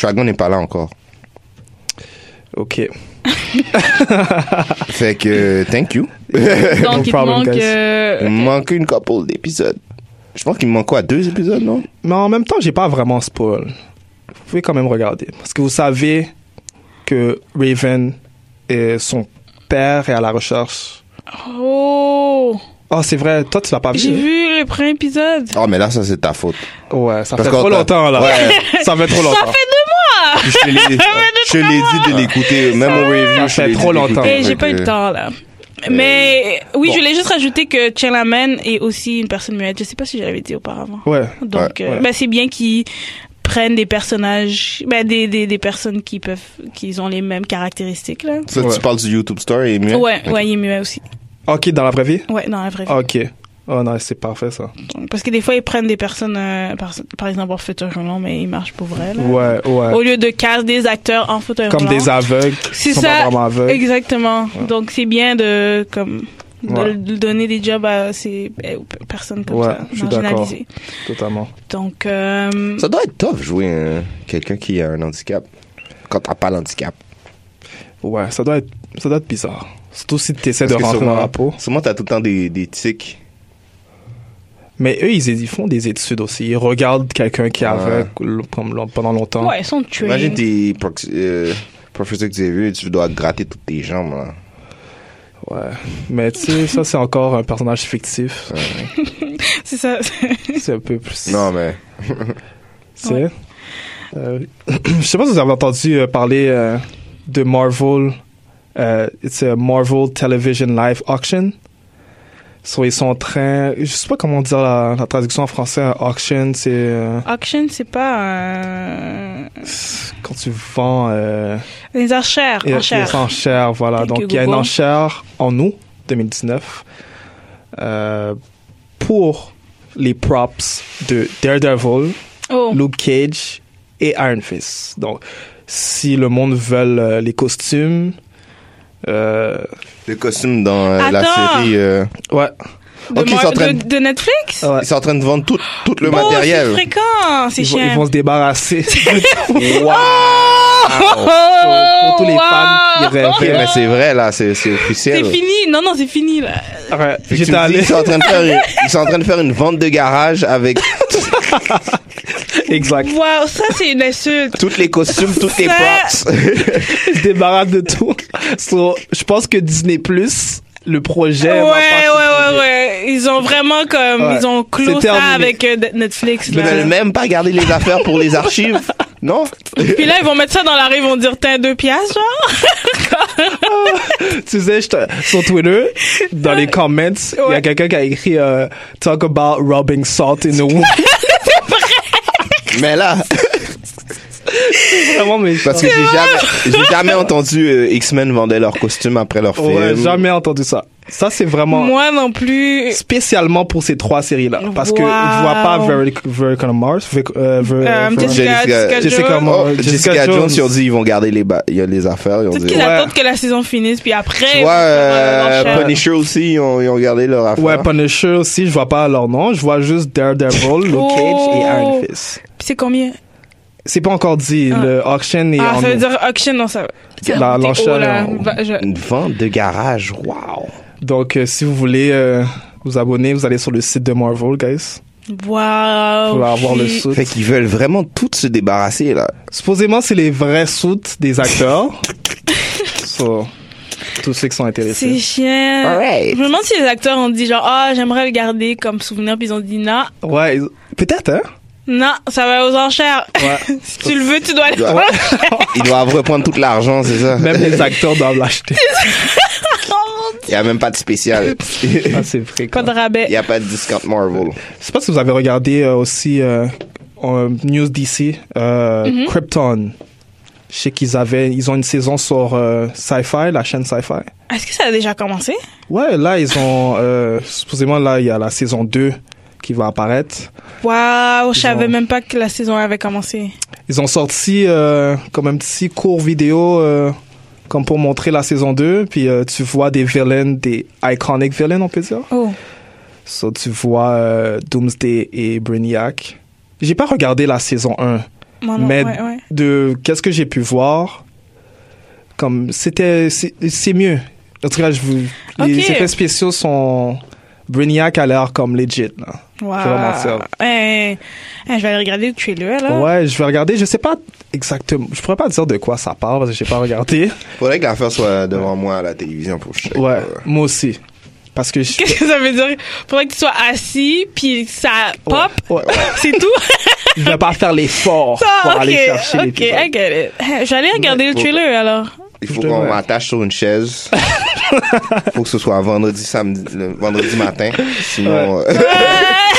S6: Dragon n'est pas là encore.
S4: Ok.
S6: Fait que, euh, thank you.
S5: Donc, il te
S4: problem,
S5: manque.
S4: guys.
S5: euh,
S6: Il me manque une couple d'épisodes. Je pense qu'il me manque quoi, deux épisodes, non?
S4: Mais en même temps, j'ai pas vraiment spoil. Vous pouvez quand même regarder. Parce que vous savez que Raven et son père est à la recherche.
S5: Oh!
S4: Oh, c'est vrai. Toi, tu l'as pas
S5: J'ai
S4: vu.
S5: vu le premier épisode.
S6: Oh, mais là, ça, c'est ta faute.
S4: Ouais, ça
S6: Parce
S4: fait
S6: qu'on
S4: trop
S6: t'a-
S4: longtemps, là.
S6: Ouais.
S4: Ça fait trop longtemps.
S6: Puis Je te l'ai je te l'ai dit de l'écouter, même au review.
S4: Ça
S6: je
S4: fait
S6: l'ai dit
S4: trop
S6: d'écouter.
S4: longtemps.
S5: Et
S6: Fait
S5: j'ai pas eu
S6: que-
S5: le temps, là. Mais oui,
S6: Euh, bon.
S5: je voulais juste rajouter que Chalaman est aussi une personne muette. Je sais pas si je l'avais dit auparavant.
S4: Ouais.
S5: Donc,
S6: Ouais,
S5: euh,
S4: ouais.
S5: ben, c'est bien qu'ils prennent des personnages, ben, des, des, des personnes qui peuvent, qui ont les mêmes caractéristiques, là.
S6: Ça,
S4: Ouais.
S6: tu parles du YouTube Star et mieux.
S5: Ouais, ouais, il est muet aussi.
S4: Ok, dans la vraie vie?
S5: Ouais, dans la vraie vie.
S4: Ok. Oh non, c'est parfait ça.
S5: Donc, Parce que des fois, ils prennent des personnes, euh, par, par exemple, en fauteuil roulant, mais ils marchent pour vrai, là.
S4: Ouais,
S5: Au
S4: ouais.
S5: lieu de casser des acteurs en fauteuil
S4: Comme
S5: roulant.
S4: des aveugles.
S5: C'est
S4: qui sont pas
S5: ça.
S4: Vraiment aveugles.
S5: Exactement. Donc, c'est bien de, comme, de,
S4: Ouais.
S5: de donner des jobs à ces eh, aux pe- personnes comme
S4: Ouais,
S5: ça,
S4: je suis
S5: marginalisées.
S4: Totalement.
S5: Donc, euh,
S6: Ça doit être tough jouer euh, quelqu'un qui a un handicap quand t'as pas l'handicap.
S4: Ouais, ça doit être, ça doit être bizarre. Surtout si t'essaies de
S6: Parce que
S4: rentrer dans
S6: sûrement-
S4: la peau.
S6: Sûrement, t'as tout le temps des, des tics.
S4: Mais eux, ils, ils font des études aussi. Ils regardent quelqu'un qui est
S6: Ouais.
S4: aveugle l- comme l- pendant longtemps.
S5: ouais, ils sont tués.
S6: Imagine t'es prox- euh, professeur Xavier, tu dois gratter toutes tes jambes. Là.
S4: Ouais. Mais tu sais, ça, c'est encore un personnage fictif.
S5: C'est ça.
S4: C'est un peu plus.
S6: Non, mais
S4: Tu sais. Euh, je sais pas si vous avez entendu euh, parler euh, de Marvel. Euh, it's a Marvel Television Live Auction. So, ils sont en train. Je sais pas comment dire la, la traduction en français. euh, Auction, c'est euh,
S5: Auction, c'est pas un...
S4: quand tu vends. Euh,
S5: les enchères.
S4: Et-
S5: enchères.
S4: et enchères, voilà.
S5: Thank
S4: Donc,
S5: you,
S4: il y a une
S5: Google.
S4: enchère en août 2019 euh, pour les props de Daredevil,
S5: Oh.
S4: Luke Cage et Iron Fist. Donc, si le monde veut euh, les costumes, euh,
S6: le costume dans euh, la
S5: Attends.
S6: série, euh,
S4: ouais,
S5: De,
S6: Ok, ils sont
S5: Mar-
S6: en train
S5: de- de Netflix?
S4: ouais.
S6: ils sont en train de vendre tout, tout le
S5: oh, c'est
S6: matériel.
S5: fréquent, c'est
S4: Euh, Ils, vont, ils
S5: chiant.
S4: vont se débarrasser. Wow.
S5: Oh,
S4: Pour- pour tous les
S5: wow.
S4: fans qui rêvent.
S6: Ok, mais c'est vrai, là, c'est c'est
S5: C'est
S6: officiel.
S5: fini, non, non, c'est fini là.
S4: Ouais,
S6: Fait que tu
S4: J'étais
S6: me dis,
S4: allé.
S6: Ils sont, en train de faire une, ils sont en train de faire une vente de garage avec
S4: exact.
S5: Waouh, ça c'est une insulte.
S6: tous les costumes, toutes les
S5: Ça-
S6: props.
S4: Ils se débarrassent de tout. So, je pense que Disney Plus, le projet.
S5: Ouais,
S4: va
S5: ouais,
S4: partir
S5: ouais, ouais. Ils ont vraiment comme,
S4: Ouais.
S5: ils ont clos
S4: C'est
S5: ça
S4: terminé.
S5: avec euh, de- Netflix.
S6: Ils veulent
S5: Là.
S6: même pas garder les affaires pour les archives. Non?
S5: Puis là, ils vont mettre ça dans la rue, ils vont dire t'as deux piastres, genre.
S4: tu sais, j'étais- sur Twitter, dans les comments, il y a
S5: Ouais.
S4: quelqu'un qui a écrit euh, Talk about rubbing salt in the wound.
S6: Mais là,
S4: Vraiment méchant.
S6: parce que j'ai jamais, j'ai jamais entendu euh, X-Men vendait leurs costumes après leur film.
S4: Ouais, jamais entendu ça. Ça, c'est vraiment
S5: Moi non plus.
S4: spécialement pour ces trois séries-là. Parce que je
S5: Wow.
S4: vois pas Veronica Veronica Mars. Ver- euh, Ver-
S5: Euh,
S4: Ver-
S6: Jessica-
S5: Jessica, Jessica,
S4: Jessica
S5: Jones.
S4: Moore.
S6: Oh,
S4: Jessica
S6: Jessica, Jones,
S4: Jones.
S6: ils ont dit ils vont garder les, ba- il y a les affaires. Ils ont
S5: Peut-être
S6: dit,
S5: qu'ils
S4: Ouais.
S5: attendent que la saison finisse, puis après.
S6: tu vois, euh,
S5: ils vont faire leur enchère.
S6: Punisher aussi, ils ont, ils ont gardé leurs affaires.
S4: Ouais, Punisher aussi, je vois pas leur nom. Je vois juste Daredevil, Luke Cage et Iron
S5: Oh.
S4: Fist.
S5: Puis c'est combien
S4: C'est pas encore dit.
S5: Ah.
S4: Le auction est
S5: Ah,
S4: en
S5: ça veut
S4: août.
S5: dire auction, non, ça va. Ça
S4: La-
S5: va coûter
S4: l'enchère,
S5: haut, là.
S4: on-
S5: Va- je-
S6: Une vente de garage, waouh.
S4: Donc, euh, si vous voulez euh, vous abonner, vous allez sur le site de Marvel, guys.
S5: Waouh.
S4: Vous allez avoir le
S5: puis-
S4: site.
S6: Fait qu'ils veulent vraiment toutes se débarrasser là.
S4: Supposément, c'est les vrais suits des acteurs. so, tous ceux qui sont
S5: C'est
S4: intéressés.
S5: chiant.
S6: Alright.
S5: Je me demande si les acteurs ont dit genre, ah, j'aimerais le garder comme souvenir, puis ils ont dit non,
S4: Ouais, ils- peut-être, hein?
S5: non, ça va aux enchères.
S4: Ouais.
S5: si tu le veux, tu dois aller.
S6: Ouais. Ils doivent reprendre tout l'argent, c'est ça.
S4: Même les acteurs doivent l'acheter.
S6: Il y a même pas de spécial. Il
S4: Ah, c'est vrai.
S5: Pas de rabais.
S6: y a pas de discount Marvel.
S4: Je sais pas si vous avez regardé euh, aussi euh, en News DC, euh,
S5: Mm-hmm.
S4: Krypton. Je sais qu'ils avaient, ils ont une saison sur euh, Sci-Fi, la chaîne Sci-Fi.
S5: Est-ce que ça a déjà commencé?
S4: Ouais, là, ils ont, euh, supposément, là, il y a la saison 2 qui va apparaître.
S5: Waouh, je
S4: Ils
S5: savais
S4: ont-
S5: même pas que la saison avait commencé.
S4: Ils ont sorti euh, comme un petit court vidéo euh, comme pour montrer la saison 2. Puis euh, tu vois des villains, des iconic villains, on peut dire.
S5: Oh.
S4: So, tu vois euh, Doomsday et Brainiac. J'ai pas regardé la saison 1.
S5: Moi, Ah non,
S4: Mais
S5: ouais, ouais.
S4: De qu'est-ce que j'ai pu voir, comme c'était, c'est c'est mieux. En tout cas, je vous, les
S5: Ok.
S4: effets spéciaux sont. Brainiac a l'air comme legit. Là.
S5: Waouh.
S4: vraiment ça.
S5: Eh, eh, je vais aller regarder le trailer, là.
S4: Ouais, je vais regarder. Je sais pas exactement. Je pourrais pas dire de quoi ça parle parce que j'ai pas regardé.
S6: Faudrait que l'affaire soit devant moi à la télévision pour que je check.
S4: Ouais, moi aussi. Parce que je.
S5: Qu'est-ce que ça veut dire? Faudrait que tu sois assis, puis ça pop,
S4: Ouais, ouais.
S5: c'est tout?
S4: je vais pas faire l'effort pour
S5: Ah, ok,
S4: aller chercher
S5: ok,
S4: l'épisode.
S5: I get it. Eh, Je vais aller regarder le trailer, alors.
S6: Il faut
S4: Je
S6: qu'on
S4: devrais.
S6: m'attache sur une chaise. Faut que ce soit vendredi, samedi, le vendredi matin. Sinon, euh,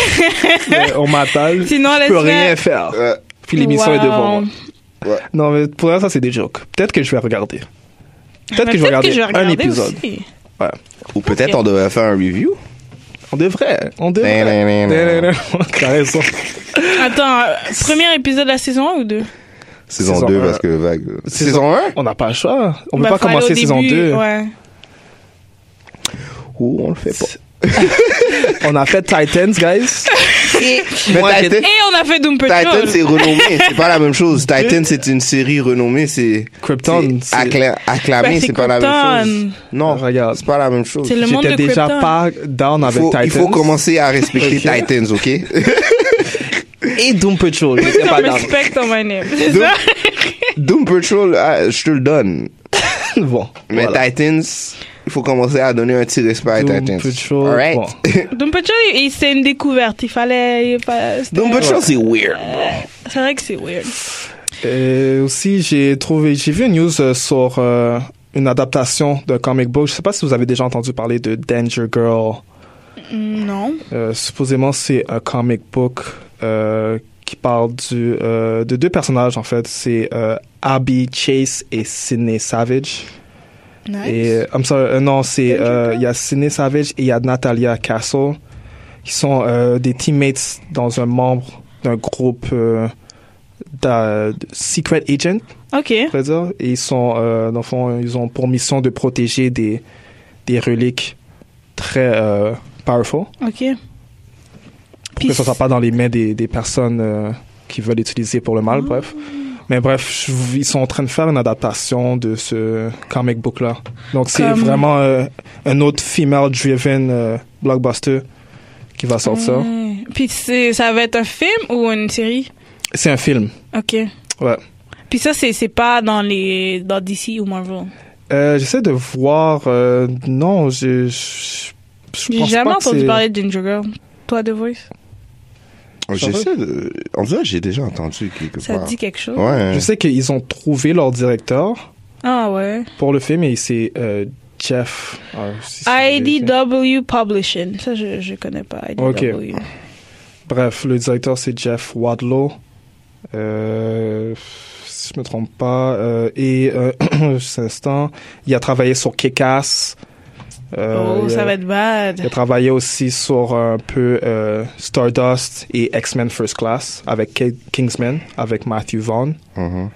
S4: Mais on m'appelle.
S5: Sinon,
S4: je
S5: la
S4: peux
S5: semaine-
S4: rien faire.
S6: euh,
S4: Puis l'émission est devant
S5: Wow.
S4: moi.
S6: ouais.
S4: Non, mais pour l'instant, c'est des jokes. Peut-être que je vais regarder. Peut-être
S5: Mais
S4: que je vais regarder un
S5: regarder
S4: épisode.
S5: aussi.
S4: Ouais.
S6: Ou peut-être on devrait faire un review.
S4: On devrait. On devrait.
S6: Nan, nan, nan, nan.
S4: T'as raison.
S5: Attends, euh, premier épisode de la saison 1 ou 2
S6: Saison,
S4: Saison
S6: 2,
S4: un.
S6: parce que vague. euh,
S4: Saison-
S6: Saison 1?
S4: On n'a pas le choix. On
S5: Bah,
S4: ne peut pas commencer saison 2.
S5: Ouais.
S6: Ou on le fait pas.
S4: On a fait Titans, guys.
S6: Mais
S4: Moi,
S6: Titan,
S5: Et on a fait Doom
S6: Titan,
S5: Patrol.
S6: c'est renommé. C'est pas la même chose. Titan, c'est une série renommée. C'est
S4: Krypton, Ah,
S6: c'est accla- acclamé.
S5: Bah, c'est
S6: c'est pas la même chose.
S5: Krypton.
S6: Non,
S4: Regarde.
S6: c'est pas la même chose.
S5: C'est le monde de
S4: J'étais déjà
S5: Krypton.
S4: pas down
S6: Il
S4: avec
S6: faut,
S4: Titans.
S6: il faut commencer à respecter Titans, ok?
S4: Et Doom Patrol. J'étais pas
S5: Some
S4: down.
S5: respect on my name. C'est
S6: Doom,
S5: ça
S6: Doom Patrol, ah, je te le donne.
S4: Bon.
S6: Mais
S4: voilà.
S6: Titans, il faut commencer à donner un petit respect à
S4: Doom
S6: Titans.
S4: Patrol,
S6: All right?
S4: bon.
S5: Doom Patrol, il- c'est une découverte. Il fallait. il fallait- c'était-
S6: Doom Patrol, c'est weird.
S5: C'est vrai que c'est weird.
S4: Euh, aussi, j'ai trouvé, j'ai vu une news euh, sur euh, une adaptation de comic book. Je sais pas si vous avez déjà entendu parler de Danger Girl.
S5: Mm, Non.
S4: Euh, supposément, c'est un comic book euh, qui parle du, euh, de deux personnages, en fait. C'est euh, Abby Chase et Sydney Savage.
S5: Nice.
S4: Et, euh, I'm sorry, euh, non, c'est,
S5: Danger
S4: euh,
S5: Girl?
S4: il y a Sydney Savage et il y a Natalia Castle, qui sont euh, des teammates dans un membre d'un groupe euh, d'a- de Secret Agent,
S5: Ok.
S4: on pourrait dire. Et ils sont, euh, dans le fond, ils ont pour mission de protéger des, des reliques très euh, powerful
S5: Ok.
S4: pour que ça soit pas dans les mains des, des personnes euh, qui veulent l'utiliser pour le
S5: Ah.
S4: mal, bref. Mais bref, je- ils sont en train de faire une adaptation de ce comic book-là. Donc c'est
S5: Comme-
S4: vraiment euh, un autre female-driven euh, blockbuster qui va sortir.
S5: Ouais. Puis c'est- ça va être un film ou une série
S4: C'est un film,
S5: Ok.
S4: ouais.
S5: Puis ça, c'est c'est pas dans les dans DC ou Marvel.
S4: Euh, J'essaie de voir... euh, non, je... je- je
S5: J'ai
S4: pense
S5: jamais
S4: pas que
S5: entendu
S4: c'est-
S5: parler de Ginger Girl. Toi, The Voice,
S6: J'essaie de. En vrai, j'ai déjà entendu quelque
S5: ça
S6: part.
S5: te dit quelque chose
S6: Ouais.
S4: Je sais qu'ils ont trouvé leur directeur
S5: Ah ouais.
S4: pour le film et c'est euh, Jeff... ah, si- si-
S5: IDW Publishing. Ça, je, je connais pas. IDW.
S4: Ok. Bref, le directeur c'est Jeff Wadlow. Euh, si je me trompe pas. euh, et euh, juste un instant, il a travaillé sur Kick-Ass. Euh,
S5: oh,
S4: il
S5: ça
S4: a-
S5: va être
S4: Il a
S5: bad.
S4: travaillé aussi sur un peu euh, Stardust et X-Men First Class avec Ki- Kingsman, avec Matthew Vaughn.
S6: Mhm.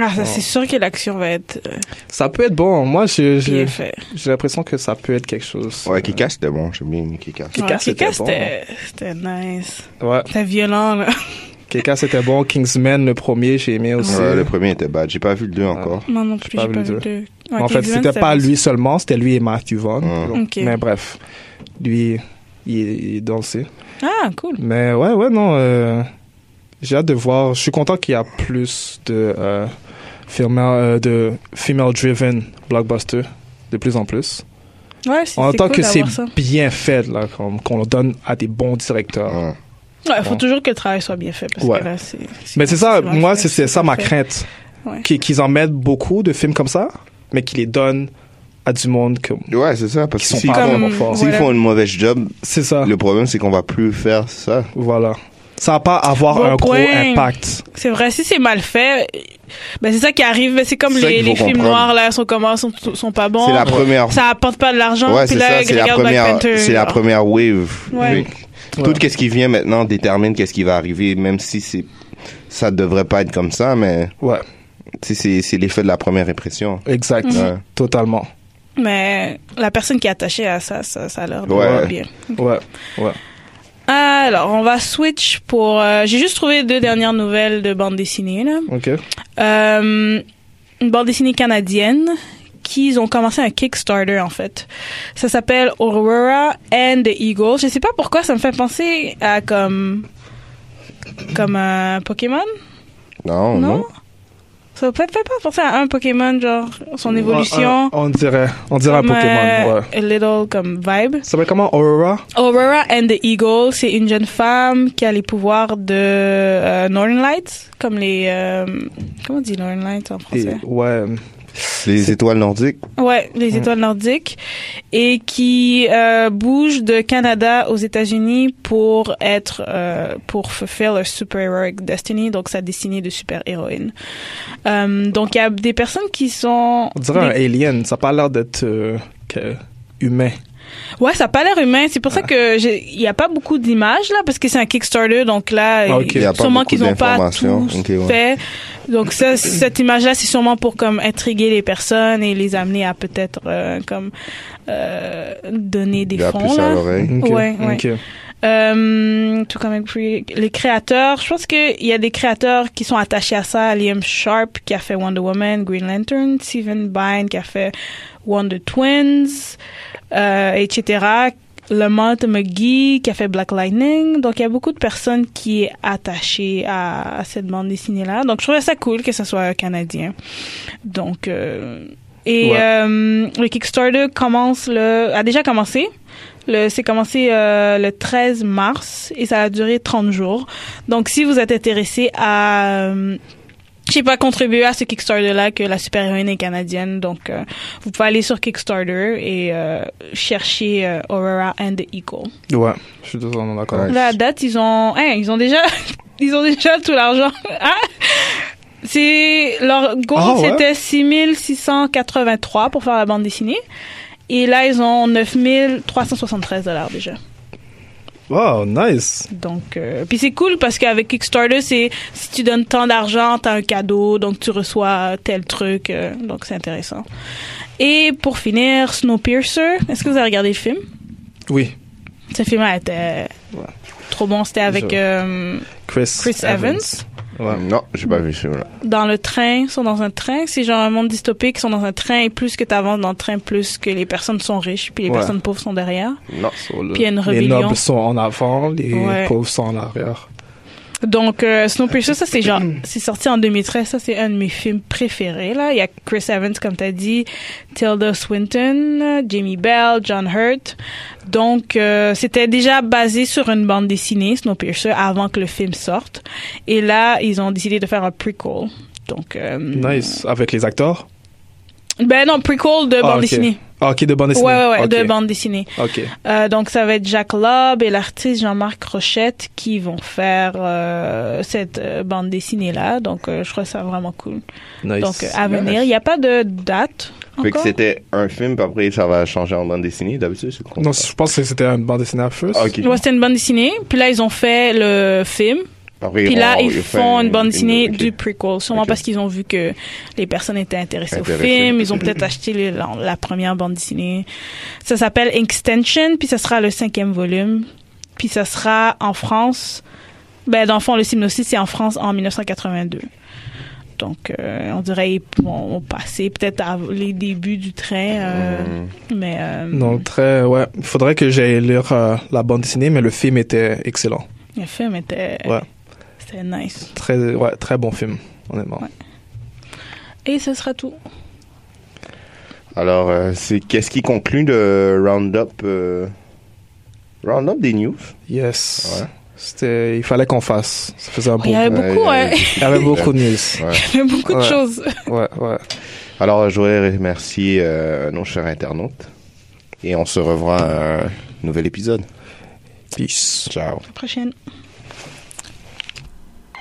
S5: Ah, ça, c'est sûr que l'action va être euh,
S4: Ça peut être bon. Moi, je-
S5: bien
S4: je-
S5: faite.
S4: j'ai l'impression que ça peut être quelque chose.
S6: Ouais, Kikas, c'était bon. J'aime bien Kikas.
S4: Kick-Ass,
S5: Ouais,
S4: c'était
S5: Kick-Ass,
S4: bon.
S5: c'était c'était nice.
S4: Ouais.
S5: C'était violent, là.
S4: Kick-Ass était bon. Kingsman, le premier, j'ai aimé aussi.
S6: Ouais, le premier était bad. J'ai pas vu le deux encore.
S5: Moi non plus,
S4: Pas
S5: j'ai
S4: vu
S5: pas
S4: les
S5: vu
S4: deux.
S5: deux.
S4: en fait, c'était pas lui seulement, c'était lui et Matthew Vaughn.
S6: Mhm.
S4: Donc,
S5: Ok.
S4: Mais bref, lui, il est, il est dans le C.
S5: Ah, cool.
S4: Mais ouais, ouais, non. euh, J'ai hâte de voir. Je suis content qu'il y a plus de, euh, firma- euh, de female-driven blockbuster de plus en plus.
S5: Ouais, c'est
S4: En
S5: c'est
S4: tant
S5: cool
S4: que c'est
S5: d'avoir ça.
S4: bien fait, là, qu'on qu'on le donne à des bons directeurs.
S6: Ouais.
S5: Ouais, faut
S4: Bon.
S5: toujours que le travail soit bien fait parce
S4: Ouais.
S5: que là, c'est.
S4: Mais Ben, c'est ça,
S5: mal
S4: moi,
S5: fait,
S4: c'est- c'est ça ma
S5: mal fait.
S4: crainte.
S5: Ouais.
S4: Qu'ils qu'ils en mettent beaucoup de films comme ça, mais qu'ils les donnent à du monde comme.
S6: Ouais, c'est ça. Parce
S4: Qui
S6: que
S4: sont
S6: s'ils
S4: pas
S5: Comme-
S6: font,
S4: vraiment forts.
S6: s'ils
S5: Voilà.
S6: font une mauvaise job,
S4: C'est
S5: Ah.
S4: ça.
S6: le problème, c'est qu'on va plus faire ça.
S4: Voilà. Ça va pas avoir
S5: Bon
S4: un gros
S5: point.
S4: impact.
S5: C'est vrai, si c'est mal fait, euh, ben c'est ça qui arrive. Ben C'est comme
S6: C'est ça
S5: les,
S6: qu'il faut
S5: les films
S6: comprendre.
S5: noirs là, sont comment, sont, sont pas bons.
S6: C'est la première.
S5: Ça apporte pas de l'argent.
S6: Ouais,
S5: puis
S6: c'est
S5: là,
S6: ça. C'est la
S5: regarde Black
S6: première.
S5: Panther,
S6: C'est la
S5: genre.
S6: première wave.
S5: Ouais.
S6: Tout qu'est-ce qui vient maintenant détermine qu'est-ce qui va arriver, même si c'est ça devrait pas être comme ça, mais
S4: Ouais,
S6: tu sais, c'est c'est l'effet de la première impression.
S4: exact.
S6: Ouais.
S4: Totalement.
S5: Mais la personne qui est attachée à ça, ça, ça a l'air de
S6: Ouais.
S5: voir bien.
S4: Ouais, ouais.
S5: Alors, on va switch pour. euh, J'ai juste trouvé deux dernières nouvelles de bande dessinée là.
S4: OK.
S5: Euh, une bande dessinée canadienne qui ont commencé un Kickstarter en fait. Ça s'appelle Aurora and the Eagle. Je sais pas pourquoi ça me fait penser à comme comme un Pokémon.
S4: Oh,
S6: Non, non.
S5: Non. Ça me fait fait pas penser à un Pokémon genre son évolution.
S4: On, on dirait, on dirait un
S5: Comme,
S4: Pokémon,
S5: euh,
S4: ouais.
S5: A little comme vibe.
S4: Ça s'appelle comment Aurora
S5: Aurora and the Eagle, c'est une jeune femme qui a les pouvoirs de euh, Northern Lights, comme les euh, comment on dit Northern Lights en français.
S4: Et- Ouais.
S6: Les étoiles nordiques.
S5: Ouais,
S4: Mm.
S5: les étoiles nordiques et qui euh, bouge de Canada aux États-Unis pour être euh, pour fulfill a superheroic destiny, donc sa destinée de super-héroïne. Euh, donc il y a des personnes qui sont
S4: On dirait un alien. Ça a pas l'air d'être euh, que- humain.
S5: Ouais, ça a pas l'air humain, c'est pour
S4: Ah.
S5: ça que j'ai- il y a pas beaucoup d'images là parce que c'est un Kickstarter donc là
S4: Ah, ok.
S6: Il y a pas
S5: sûrement
S6: beaucoup
S5: qu'ils ont pas
S6: d'informations.
S5: tout
S6: Ok, ouais.
S5: fait. Donc ça, cette image-là, c'est sûrement pour comme intriguer les personnes et les amener à peut-être euh, comme euh, donner des
S6: Il a
S5: fonds
S6: plus à
S5: là.
S6: l'oreille.
S4: Ok,
S5: Ouais, ouais.
S4: ok.
S5: Euh, tout comme les créateurs, je pense qu'il y a des créateurs qui sont attachés à ça. Liam Sharp qui a fait Wonder Woman, Green Lantern, Steven Byrne qui a fait Wonder Twins, euh, etc. Lamont McGee qui a fait Black Lightning. Donc il y a beaucoup de personnes qui est attachée à, à cette bande dessinée là. Donc je trouvais ça cool que ce soit canadien. Donc euh, et
S4: Ouais.
S5: euh, le Kickstarter commence le a déjà commencé. Le, c'est commencé euh, le 13 mars et ça a duré 30 jours. Donc, si vous êtes intéressé à, euh, je sais pas, contribuer à ce Kickstarter-là que la super-héroïne est canadienne, donc euh, vous pouvez aller sur Kickstarter et euh, chercher euh, Aurora and the Eagle.
S4: Ouais, je suis totalement d'accord.
S6: Ouais.
S5: Là, à date, ils ont, hein, ils ont déjà, ils ont déjà tout l'argent. Hein? C'est leur goal,
S4: Ah, ouais?
S5: c'était 6683 pour faire la bande dessinée. Et là, ils ont 9373 dollars déjà.
S4: Wow, nice.
S5: Donc, euh, puis c'est cool parce qu'avec Kickstarter, c'est si tu donnes tant d'argent, t'as un cadeau, donc tu reçois tel truc, euh, donc c'est intéressant. Et pour finir, Snowpiercer. Est-ce que vous avez regardé le film
S4: Oui,
S5: Ce film était euh,
S4: Ouais.
S5: trop bon. C'était avec
S4: Je-
S5: euh,
S4: Chris.
S5: Chris Evans.
S4: Ouais.
S6: Non, j'ai pas vu celui-là.
S5: dans le train, ils sont dans un train. C'est genre un monde dystopique, ils sont dans un train et plus que t'avances dans le train, plus que les personnes sont riches, puis les
S4: Ouais.
S5: personnes pauvres sont derrière.
S6: Non.
S5: Puis il y a une
S4: les
S5: rébellion.
S4: nobles sont en avant, les
S5: Ouais.
S4: pauvres sont en arrière.
S5: Donc, euh, Snowpiercer, ça, c'est genre, c'est sorti en 2013. Ça, c'est un de mes films préférés, là. Il y a Chris Evans, comme t'as dit, Tilda Swinton, euh, Jamie Bell, John Hurt. Donc, euh, c'était déjà basé sur une bande dessinée, Snowpiercer, avant que le film sorte. Et là, ils ont décidé de faire un prequel. Donc, euh,
S4: Nice. Avec les acteurs.
S5: ben non, prequel de
S4: Ah,
S5: bande
S4: ok.
S5: dessinée.
S4: Ah, ok, de bande dessinée.
S5: Ouais, ouais, ouais,
S4: Ok,
S5: de bande dessinée.
S4: Ok.
S5: Euh, donc ça va être Jacques Lob et l'artiste Jean-Marc Rochette qui vont faire euh, cette euh, bande dessinée là. Donc euh, je trouve ça vraiment cool.
S4: Nice.
S5: donc euh, à venir, il n'y a pas de date
S6: Fait que
S5: encore.
S6: c'était un film, puis après ça va changer en bande dessinée. D'habitude, c'est le contraire.
S4: Non, je pense que c'était une bande dessinée à feu.
S6: Ah, ok.
S5: Ouais, c'était une bande dessinée. Puis là ils ont fait le film.
S6: Après,
S5: Puis
S6: on-
S5: là
S6: on-
S5: ils
S6: on fait
S5: font une bande dessinée
S6: ok.
S5: du prequel. Sûrement
S6: Ok.
S5: parce qu'ils ont vu que les personnes étaient intéressées au
S6: Intéressées.
S5: film. Ils ont peut-être acheté le- la, la première bande dessinée. Ça s'appelle Extension. Puis ça sera le cinquième volume. Puis ça sera en France. Ben, dans le fond, le Simnosis, c'est en France en 1982. Donc, euh, on dirait qu'ils vont passer peut-être à les débuts du train. euh, Mais. euh,
S4: Non, très, ouais. Il faudrait que j'aille lire euh, la bande dessinée, mais le film était excellent.
S5: Le film était.
S4: Ouais.
S5: C'était nice.
S4: Très, ouais, très bon film, honnêtement.
S5: Ouais. Et ce sera tout.
S6: Alors, euh, c'est qu'est-ce qui conclut le round-up euh, Round-up des news
S4: Yes.
S6: Ouais.
S4: C'était, il fallait qu'on fasse. Ça faisait un
S5: Il y
S4: bon.
S5: avait
S6: Ouais,
S5: Euh, beaucoup,
S6: ouais.
S5: ouais.
S4: Il y avait Ah
S6: Euh,
S4: beaucoup de news.
S6: Ouais.
S5: Il y avait beaucoup de
S4: Ouais.
S5: choses.
S4: Ouais, ouais.
S6: Alors, euh, je voudrais remercier euh, nos chers internautes. Et on se revoit à un nouvel épisode.
S4: Peace.
S6: Ciao.
S5: la prochaine.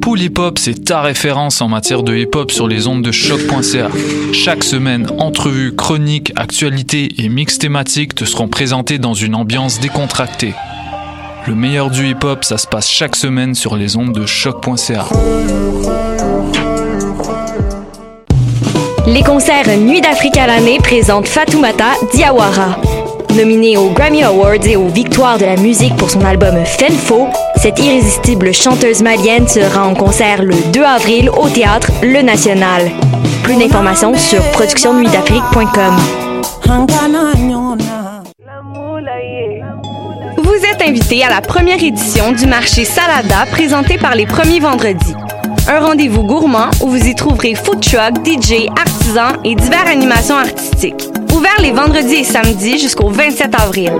S7: Pool Hip Hop, c'est ta référence en matière de hip hop sur les ondes de choc.ca. Chaque semaine, entrevues, chroniques, actualités et mix thématiques te seront présentés dans une ambiance décontractée. Le meilleur du hip hop, ça se passe chaque semaine sur les ondes de choc.ca.
S8: Les concerts Nuit d'Afrique à l'année présentent Fatoumata Diawara. Nominée aux Grammy Awards et aux Victoires de la musique pour son album Fenfo, cette irrésistible chanteuse malienne sera en concert le 2 avril au théâtre Le National. plus d'informations sur productionnuitdafrique.com. Vous êtes invité à la première édition du marché Salada présenté par les premiers vendredis. Un rendez-vous gourmand où vous y trouverez food truck, DJ, artisans et diverses animations artistiques. Ouvert les vendredis et samedis jusqu'au 27 avril.